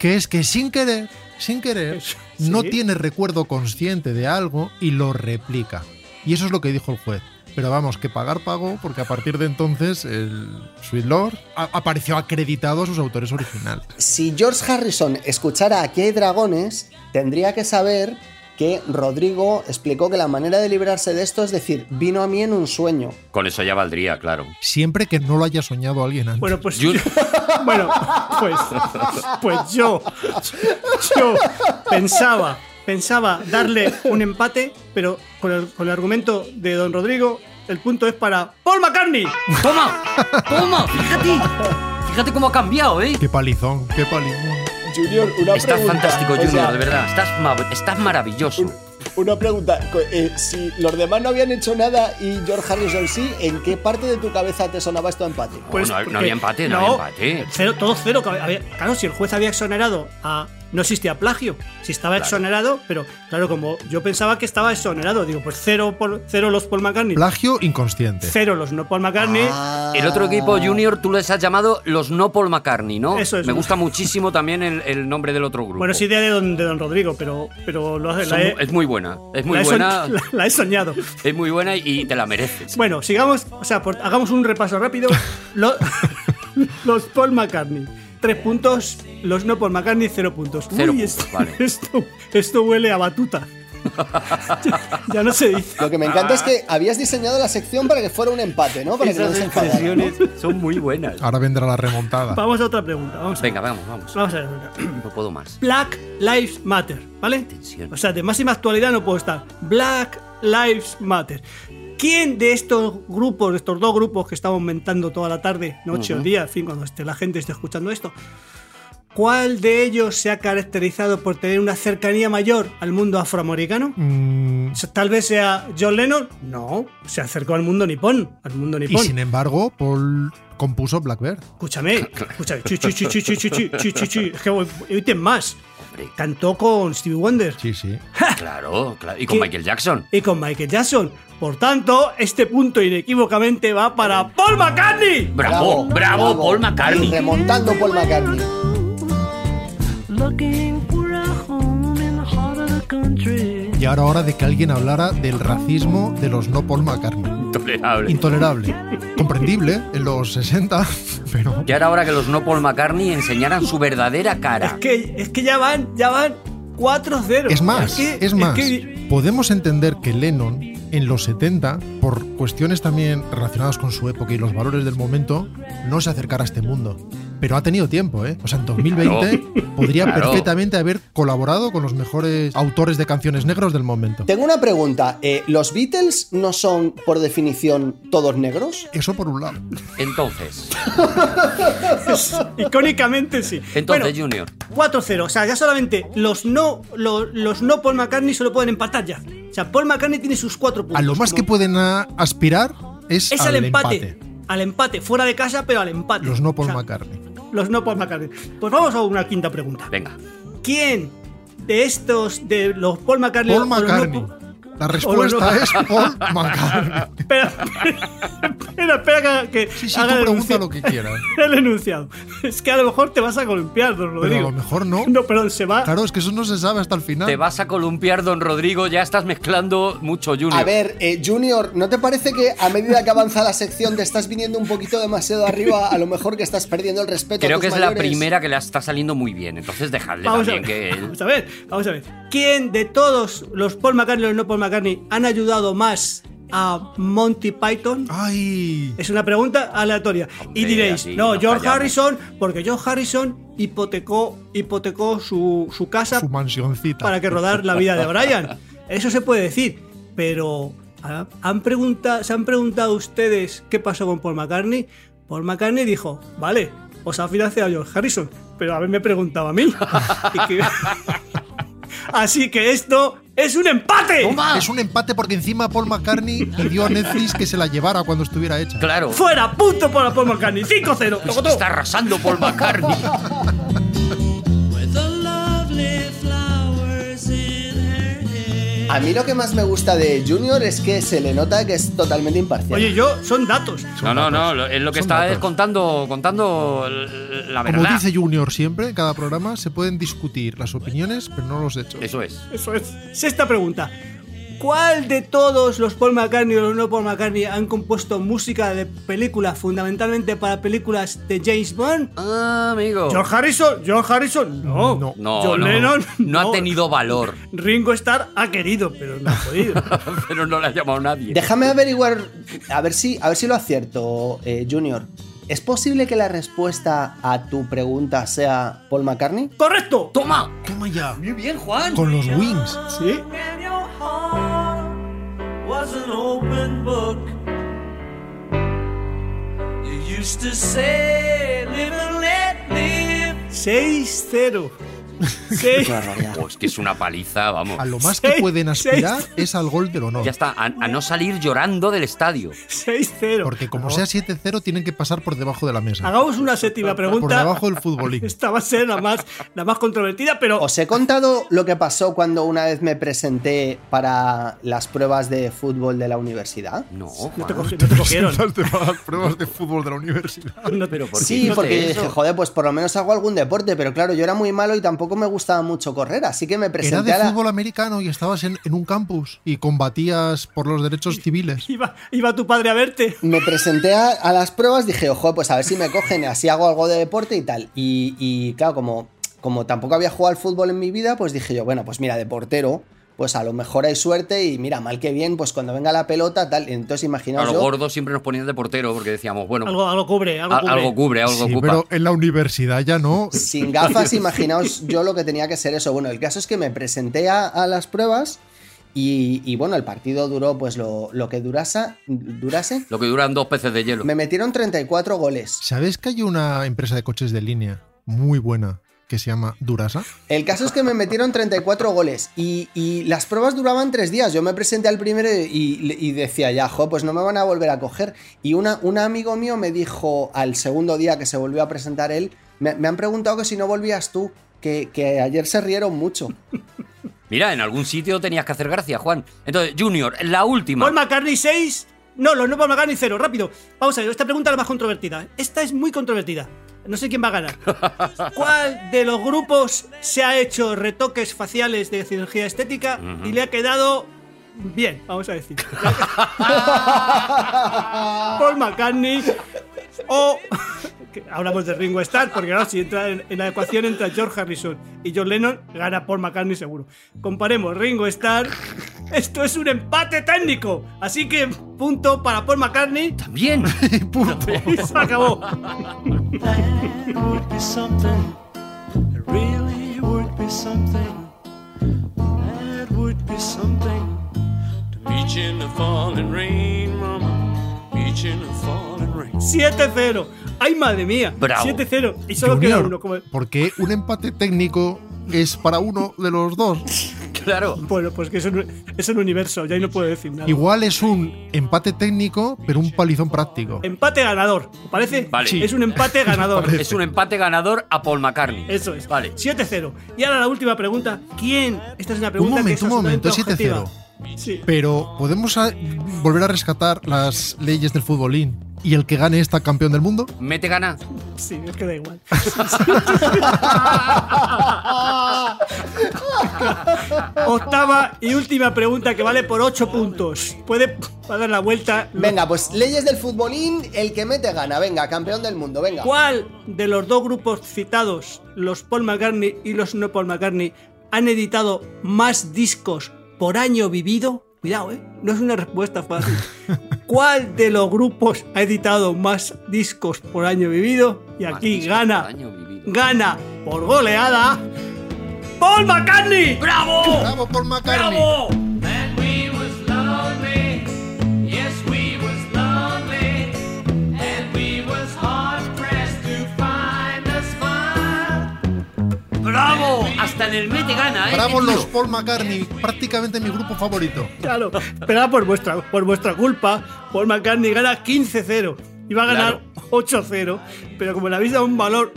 Speaker 2: que es que sin querer, sin
Speaker 3: (laughs)
Speaker 2: querer,
Speaker 3: Sí.
Speaker 2: no tiene recuerdo consciente de algo y lo replica. Y eso es lo que dijo el juez. Pero vamos, que pagar pagó, porque a partir de entonces el Sweet Lord a- apareció acreditado a sus autores originales.
Speaker 5: Si George Harrison escuchara Aquí hay dragones, tendría que saber que Rodrigo explicó que la manera de librarse de esto es decir, vino a mí en un sueño.
Speaker 4: Con eso ya valdría, claro.
Speaker 2: Siempre que no lo haya soñado alguien antes.
Speaker 3: Bueno, pues
Speaker 4: Jun-
Speaker 3: Bueno, pues, pues yo, yo pensaba, pensaba darle un empate, pero con el, con el argumento de don Rodrigo, el punto es para Paul McCartney.
Speaker 4: ¡Toma! ¡Toma! ¡Fíjate! Fíjate cómo ha cambiado, ¿eh?
Speaker 2: Qué palizón, qué palizón.
Speaker 5: Junior, una
Speaker 4: Estás fantástico, Junior, de verdad. Estás, ma- estás maravilloso.
Speaker 5: Una pregunta, eh, si los demás no habían hecho nada y George Harrison sí, ¿en qué parte de tu cabeza te sonaba esto empate?
Speaker 3: Pues
Speaker 4: no, no había empate, no había empate.
Speaker 3: Cero, todo cero. que había- claro, si el juez había exonerado a no existía plagio. Si estaba exonerado, pero claro, como yo pensaba que estaba exonerado, digo, pues cero, por, cero los Paul McCartney.
Speaker 2: Plagio inconsciente.
Speaker 3: Cero los no Paul McCartney.
Speaker 4: El otro
Speaker 5: Ah.
Speaker 4: equipo junior tú les has llamado los no Paul McCartney, ¿no?
Speaker 3: Ah. Eso es.
Speaker 4: Me gusta muchísimo también el, el nombre del otro grupo.
Speaker 3: Bueno, es idea de don, de don Rodrigo, pero, pero lo, la,
Speaker 4: Son-
Speaker 3: he,
Speaker 4: es muy buena, es muy
Speaker 3: la he soñ-
Speaker 4: buena,
Speaker 3: (laughs) la- la he soñado.
Speaker 4: es muy buena y te la mereces.
Speaker 3: Bueno, sigamos, o sea, por- hagamos un repaso
Speaker 4: (laughs)
Speaker 3: rápido. Lo- (laughs) los Paul McCartney, tres puntos. Los no Paul McCartney, cero puntos.
Speaker 4: Cero
Speaker 3: Uy,
Speaker 4: puntos,
Speaker 3: esto,
Speaker 4: vale.
Speaker 3: (laughs) esto, esto huele a
Speaker 4: (laughs)
Speaker 3: batuta. (laughs) ya, ya no se dice.
Speaker 5: Lo que me encanta es que habías diseñado la sección para que fuera un empate, ¿no? Para que no
Speaker 4: Esas
Speaker 5: nos enfadáramos.
Speaker 4: expresiones son muy buenas.
Speaker 2: Ahora vendrá la remontada.
Speaker 3: Vamos a otra pregunta. Vamos a,
Speaker 4: Venga, vamos, vamos.
Speaker 3: vamos a ver. venga.
Speaker 4: No
Speaker 3: (laughs)
Speaker 4: puedo más.
Speaker 3: Black Lives Matter, ¿vale?
Speaker 4: Tensión.
Speaker 3: O sea, de máxima actualidad no puedo estar. Black Lives Matter. ¿Quién de estos grupos, de estos dos grupos que estamos mentando toda la tarde, noche o día, en fin, cuando esté, la gente esté escuchando esto, cuál de ellos se ha caracterizado por tener una cercanía mayor al mundo afroamericano?
Speaker 2: Mm,
Speaker 3: O sea, Tal vez sea John Lennon. No, se acercó al mundo nipón. Al mundo
Speaker 2: y
Speaker 3: nipón.
Speaker 2: sin embargo, Paul compuso Blackbird.
Speaker 3: Escúchame, escúchame. Chi, chi, chi, chi, chi, chi, chi, chi, chi. Es que hoy hoy ten más. Cantó con Stevie Wonder.
Speaker 2: Sí, sí.
Speaker 4: Claro, claro. Y con
Speaker 3: ¿Qué?
Speaker 4: Michael Jackson.
Speaker 3: y con Michael Jackson. Por tanto, este punto inequívocamente va para Paul McCartney.
Speaker 4: Bravo, bravo, Paul
Speaker 5: Y
Speaker 4: McCartney.
Speaker 5: Remontando Paul McCartney.
Speaker 10: Looking for a home in the heart of the country.
Speaker 2: Y ahora hora de que alguien hablara del racismo de los no Paul McCartney.
Speaker 4: Intolerable.
Speaker 2: Intolerable. Comprendible en los 60, (laughs) pero
Speaker 4: Ya era hora que los no Paul McCartney enseñaran su verdadera
Speaker 3: Es
Speaker 4: cara.
Speaker 3: que, es que ya van, ya van 4-0.
Speaker 2: Es más,
Speaker 3: que-
Speaker 2: es más,
Speaker 3: que-
Speaker 2: podemos entender que Lennon en los 70, por cuestiones también relacionadas con su época y los valores del momento, no se acercara a este mundo. Pero ha tenido tiempo, ¿eh? O sea, en 2020 podría
Speaker 4: Claro.
Speaker 2: perfectamente haber colaborado con los mejores autores de canciones negros del momento.
Speaker 5: Tengo una pregunta. eh, ¿Los Beatles no son, por definición, todos negros?
Speaker 2: Eso por un lado.
Speaker 4: Entonces,
Speaker 3: icónicamente sí.
Speaker 4: entonces,
Speaker 3: Bueno,
Speaker 4: Junior.
Speaker 3: 4-0. O sea, ya solamente los no, lo- los, no Paul McCartney solo pueden empatar ya. O sea, Paul McCartney tiene sus 4 puntos.
Speaker 2: A lo más que
Speaker 3: como-
Speaker 2: pueden a- aspirar es,
Speaker 3: Es
Speaker 2: al
Speaker 3: al empate. Al empate, fuera de casa, pero al empate.
Speaker 2: Los no
Speaker 3: por
Speaker 2: Paul McCartney.
Speaker 3: Los no Paul McCartney. Pues vamos a una quinta pregunta.
Speaker 4: Venga.
Speaker 3: ¿Quién de estos, de los Paul McCartney?
Speaker 2: Paul
Speaker 3: o los no
Speaker 2: McCartney.
Speaker 3: Paul-
Speaker 2: La respuesta es
Speaker 3: (laughs)
Speaker 2: Paul McCartney.
Speaker 3: Espera, (laughs) espera, espera que, que
Speaker 2: Sí, sí,
Speaker 3: haga
Speaker 2: tú
Speaker 3: el
Speaker 2: pregunta
Speaker 3: enuncio- (laughs)
Speaker 2: lo que quieras.
Speaker 3: el enunciado. Es que a lo mejor te vas a columpiar, don
Speaker 2: Pero a
Speaker 3: Rodrigo.
Speaker 2: lo mejor no.
Speaker 3: No, perdón, se va.
Speaker 2: Claro, es que eso no se sabe hasta el final.
Speaker 4: Te vas a columpiar, don Rodrigo. Ya estás mezclando mucho, Junior.
Speaker 5: A ver, eh, Junior, ¿no te parece que a medida que avanza la sección te estás viniendo un poquito demasiado arriba? A lo mejor que estás perdiendo el respeto. a
Speaker 4: Creo
Speaker 5: tus
Speaker 4: que es la
Speaker 5: mayores.
Speaker 4: primera que la está saliendo muy bien. Entonces, dejadle
Speaker 3: Vamos a,
Speaker 4: también
Speaker 3: ver,
Speaker 4: que él.
Speaker 3: vamos a ver, vamos a ver. ¿Quién de todos los Paul McCartney y los no Paul McCartney han ayudado más a Monty Python?
Speaker 2: Ah. Ay,
Speaker 3: Es una pregunta aleatoria.
Speaker 4: Hombre,
Speaker 3: y diréis,
Speaker 4: así
Speaker 3: no,
Speaker 4: nos
Speaker 3: George
Speaker 4: callamos".
Speaker 3: Harrison, porque George Harrison hipotecó, hipotecó su, su casa
Speaker 2: su mansioncita.
Speaker 3: para que rodar la vida de Brian. Eso se puede decir, pero ¿ha- ¿han pregunta- ¿se han preguntado ustedes qué pasó con Paul McCartney? Paul McCartney dijo, vale, os ha financiado George Harrison, pero a ver me preguntaba a mí. Y que- Así que esto es un empate.
Speaker 2: Es un empate porque encima Paul McCartney pidió a Netflix que se la llevara cuando estuviera hecha.
Speaker 4: Claro.
Speaker 3: Fuera, punto para Paul McCartney, 5-0.
Speaker 4: Esto Está arrasando Paul McCartney.
Speaker 5: A mí lo que más me gusta de Junior es que se le nota que es totalmente imparcial.
Speaker 3: Oye, yo, son datos.
Speaker 4: No, no, no. lo- Es lo que
Speaker 2: Son
Speaker 4: está
Speaker 2: datos.
Speaker 4: es contando, contando l- la
Speaker 2: Como
Speaker 4: verdad.
Speaker 2: dice Junior siempre, en cada programa se pueden discutir las opiniones, pero no los hechos.
Speaker 4: Eso es.
Speaker 3: Eso es. Sexta pregunta. ¿Cuál de todos los Paul McCartney o los no Paul McCartney han compuesto música de películas, fundamentalmente para películas de James Bond?
Speaker 4: Ah, amigo.
Speaker 3: ¿George Harrison? ¿George Harrison? No.
Speaker 2: No.
Speaker 4: No,
Speaker 3: John
Speaker 4: no.
Speaker 3: Lennon,
Speaker 4: no
Speaker 3: no.
Speaker 4: ha tenido valor, (laughs)
Speaker 3: Ringo Starr ha querido, pero no ha podido.
Speaker 4: pero no le ha llamado nadie.
Speaker 5: Déjame averiguar, a ver si, a ver si lo acierto, eh, Junior. ¿Es posible que la respuesta a tu pregunta sea Paul McCartney?
Speaker 3: ¡Correcto!
Speaker 4: ¡Toma!
Speaker 2: Toma ya.
Speaker 4: Muy bien, Juan.
Speaker 2: Con los wings.
Speaker 3: Sí.
Speaker 10: was an open book. You used to say, live and let live.
Speaker 2: (laughs)
Speaker 3: 6-0. Sí.
Speaker 5: Qué barbaridad.
Speaker 4: Oh, es que es una paliza, vamos.
Speaker 2: A lo más que
Speaker 3: Seis-
Speaker 2: pueden
Speaker 3: seis-
Speaker 2: aspirar es al gol del honor.
Speaker 4: Ya está, a, a no salir llorando del estadio.
Speaker 3: 6-0.
Speaker 2: Porque como sea 7-0, tienen que pasar por debajo de la mesa.
Speaker 3: Hagamos una séptima pregunta.
Speaker 2: Por debajo del futbolín.
Speaker 3: Esta va a ser la más, la más controvertida, pero
Speaker 5: Os he contado lo que pasó cuando una vez me presenté para las pruebas de fútbol de la universidad.
Speaker 4: No,
Speaker 3: no te,
Speaker 4: Juan.
Speaker 3: cogi- no
Speaker 2: (laughs)
Speaker 3: te cogieron.
Speaker 2: Las demás pruebas de fútbol de la universidad.
Speaker 3: No-
Speaker 4: Pero ¿por qué
Speaker 5: Sí,
Speaker 4: hiciste
Speaker 5: porque
Speaker 4: eso?
Speaker 5: dije, joder, pues por lo menos hago algún deporte, pero claro, yo era muy malo y tampoco me gustaba mucho correr, así que me
Speaker 2: Era
Speaker 5: presenté
Speaker 2: de
Speaker 5: a la...
Speaker 2: fútbol americano y estabas en, en un campus y combatías por los derechos civiles.
Speaker 3: iba, iba tu padre a verte.
Speaker 5: Me presenté a, a las pruebas, dije, ojo, pues a ver si me cogen, así hago algo de deporte y tal. Y, y, claro, como, como tampoco había jugado al fútbol en mi vida, pues dije yo, bueno, pues mira, de portero, pues a lo mejor hay suerte y mira, mal que bien, pues cuando venga la pelota, tal. Entonces
Speaker 4: A
Speaker 5: imaginaos
Speaker 4: los
Speaker 5: yo-
Speaker 4: gordos siempre nos ponían de portero porque decíamos, bueno,
Speaker 3: Algo, algo cubre, algo
Speaker 4: a-
Speaker 3: cubre.
Speaker 4: algo cubre, algo
Speaker 2: Sí,
Speaker 4: ocupa.
Speaker 2: pero en la universidad ya no.
Speaker 5: sin gafas, imaginaos yo lo que tenía que ser eso. Bueno, el caso es que me presenté a, a las pruebas y, y, bueno, el partido duró pues lo, lo que durasa, durase.
Speaker 4: Lo que duran dos peces de hielo.
Speaker 5: Me metieron 34 goles.
Speaker 2: ¿Sabes que hay una empresa de coches de línea muy buena que se llama Durasa?
Speaker 5: El caso es que me metieron 34 goles y, y las pruebas duraban tres días. Yo me presenté al primero y, y decía, ya, jo, pues no me van a volver a coger. Y una, un amigo mío me dijo al segundo día que se volvió a presentar él, me, me han preguntado que si no volvías tú, que, que ayer se rieron mucho.
Speaker 4: Mira, en algún sitio tenías que hacer gracia, Juan. Entonces, Junior, la última.
Speaker 3: Paul McCartney 6. No, los no Paul McCartney 0. Rápido. Vamos a ver, esta pregunta es la más controvertida. Esta es muy controvertida. No sé quién va a
Speaker 4: (laughs)
Speaker 3: ganar. ¿Cuál de los grupos se ha hecho retoques faciales de cirugía estética y le ha quedado bien? Vamos a decir. Paul McCartney o. (laughs) que Hablamos de Ringo Starr, porque claro, si entra en, en la ecuación entra George Harrison y John Lennon, gana Paul McCartney seguro. Comparemos Ringo Starr. Esto es un empate técnico. Así que punto para Paul McCartney
Speaker 4: También.
Speaker 3: (laughs) y se acabó.
Speaker 10: That would be something. It really would be something. That would be something. To beach in the falling rain, mama. Beach in the falling rain.
Speaker 3: 7-0. Ay, madre mía.
Speaker 4: Bravo.
Speaker 3: 7-0. Y solo queda uno. Como...
Speaker 2: porque un empate técnico es para uno de los dos.
Speaker 4: Claro.
Speaker 3: Bueno, pues que es, un- es el universo. Ya ahí no puedo decir nada.
Speaker 2: Igual es un empate técnico, pero un palizón práctico.
Speaker 3: Empate ganador. ¿Os parece?
Speaker 4: Vale. Sí.
Speaker 3: Es un
Speaker 2: (laughs)
Speaker 3: empate ganador.
Speaker 2: Parece.
Speaker 4: Es un empate ganador a Paul McCartney.
Speaker 3: Eso es.
Speaker 4: Vale.
Speaker 3: 7-0. Y ahora la última pregunta. ¿Quién? Esta es una pregunta
Speaker 2: momento,
Speaker 3: que es
Speaker 2: un momento,
Speaker 3: absolutamente
Speaker 2: 7-0.
Speaker 3: objetiva. Sí.
Speaker 2: Pero podemos a- volver a rescatar las leyes del futbolín y el que gane esta campeón del mundo.
Speaker 4: Mete gana.
Speaker 3: Sí, es que da
Speaker 2: (laughs)
Speaker 3: igual. Octava y última pregunta que vale por 8 puntos. Puede va a dar la vuelta.
Speaker 5: Venga, pues leyes del futbolín, el que mete gana, venga, campeón del mundo, venga.
Speaker 3: ¿Cuál de los dos grupos citados, los Paul McCartney y los no Paul McCartney, han editado más discos por año vivido? Cuidado, ¿eh? No es una respuesta fácil. ¿Cuál de los grupos ha editado más discos por año vivido? Y aquí
Speaker 4: Maldito
Speaker 3: gana
Speaker 4: año vivido.
Speaker 3: gana por goleada Paul McCartney. ¡Bravo!
Speaker 2: ¡Bravo por McCartney!
Speaker 3: ¡Bravo!
Speaker 7: That we was lonely, yes we was lonely, and we was hard pressed to find a smile.
Speaker 4: ¡Bravo! Hasta en el Mete gana, ¿eh?
Speaker 2: ¡Bravo
Speaker 4: tío?
Speaker 2: los Paul McCartney! Prácticamente mi grupo favorito.
Speaker 3: Claro, pero era por vuestra, por vuestra culpa, Paul McCartney gana 15-0. Iba a ganar 8-0, pero como le habéis dado un valor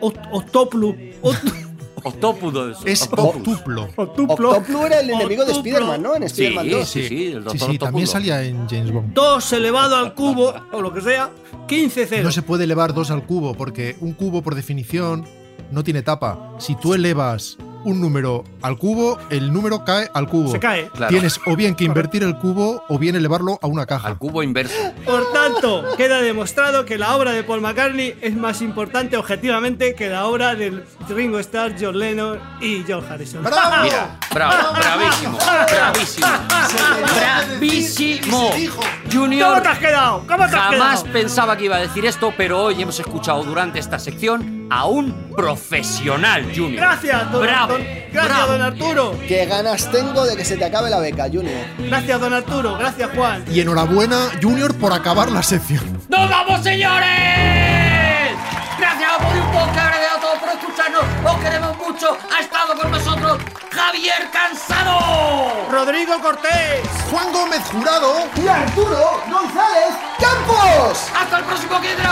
Speaker 3: oct- octoplu,
Speaker 5: (laughs)
Speaker 3: oct-
Speaker 4: Octópudo de eso.
Speaker 2: Es
Speaker 4: Octopus.
Speaker 2: octuplo.
Speaker 3: octuplo,
Speaker 5: Octoplu era el enemigo de
Speaker 3: octuplo,
Speaker 5: Spider-Man, ¿no? En
Speaker 4: Sí,
Speaker 5: Spider-Man
Speaker 4: sí,
Speaker 5: 2.
Speaker 4: sí, el
Speaker 2: Sí,
Speaker 4: doctor
Speaker 2: sí, también
Speaker 4: Octopudo.
Speaker 2: salía en James Bond.
Speaker 3: 2 elevado al cubo, o lo que sea, 15-0.
Speaker 2: No se puede elevar dos al cubo, porque un cubo, por definición, no tiene tapa. Si tú elevas un número al cubo, el número cae al cubo.
Speaker 3: Se cae.
Speaker 4: Claro.
Speaker 2: Tienes o bien que invertir el cubo o bien elevarlo a una
Speaker 4: Al
Speaker 2: caja.
Speaker 4: cubo inverso.
Speaker 3: Por tanto, queda demostrado que la obra de Paul McCartney es más importante objetivamente que la obra del Ringo Starr, John Lennon y John Harrison.
Speaker 2: ¡Bravo!
Speaker 4: Mira, bravo, bravísimo, bravísimo. Bravísimo.
Speaker 3: (laughs) ¿Cómo
Speaker 4: Junior,
Speaker 3: te has quedado? ¿Cómo te has
Speaker 4: jamás
Speaker 3: quedado?
Speaker 4: pensaba que iba a decir esto, pero hoy hemos escuchado durante esta sección a un profesional, Junior.
Speaker 3: Gracias, don,
Speaker 4: Bravo.
Speaker 3: don- gracias,
Speaker 4: bravo.
Speaker 3: don Arturo.
Speaker 5: Qué ganas tengo de que se te acabe la beca, Junior.
Speaker 3: Gracias, don Arturo. Gracias, Juan.
Speaker 2: Y enhorabuena, Junior, por acabar la sección.
Speaker 4: ¡Nos vamos, señores! Gracias a Podium Podcast, gracias a todos por escucharnos. Os
Speaker 1: queremos mucho. Ha estado con nosotros Javier Cansado.
Speaker 3: Rodrigo Cortés.
Speaker 5: Juan Gómez Jurado y Arturo González Campos.
Speaker 1: Hasta el próximo Kidra.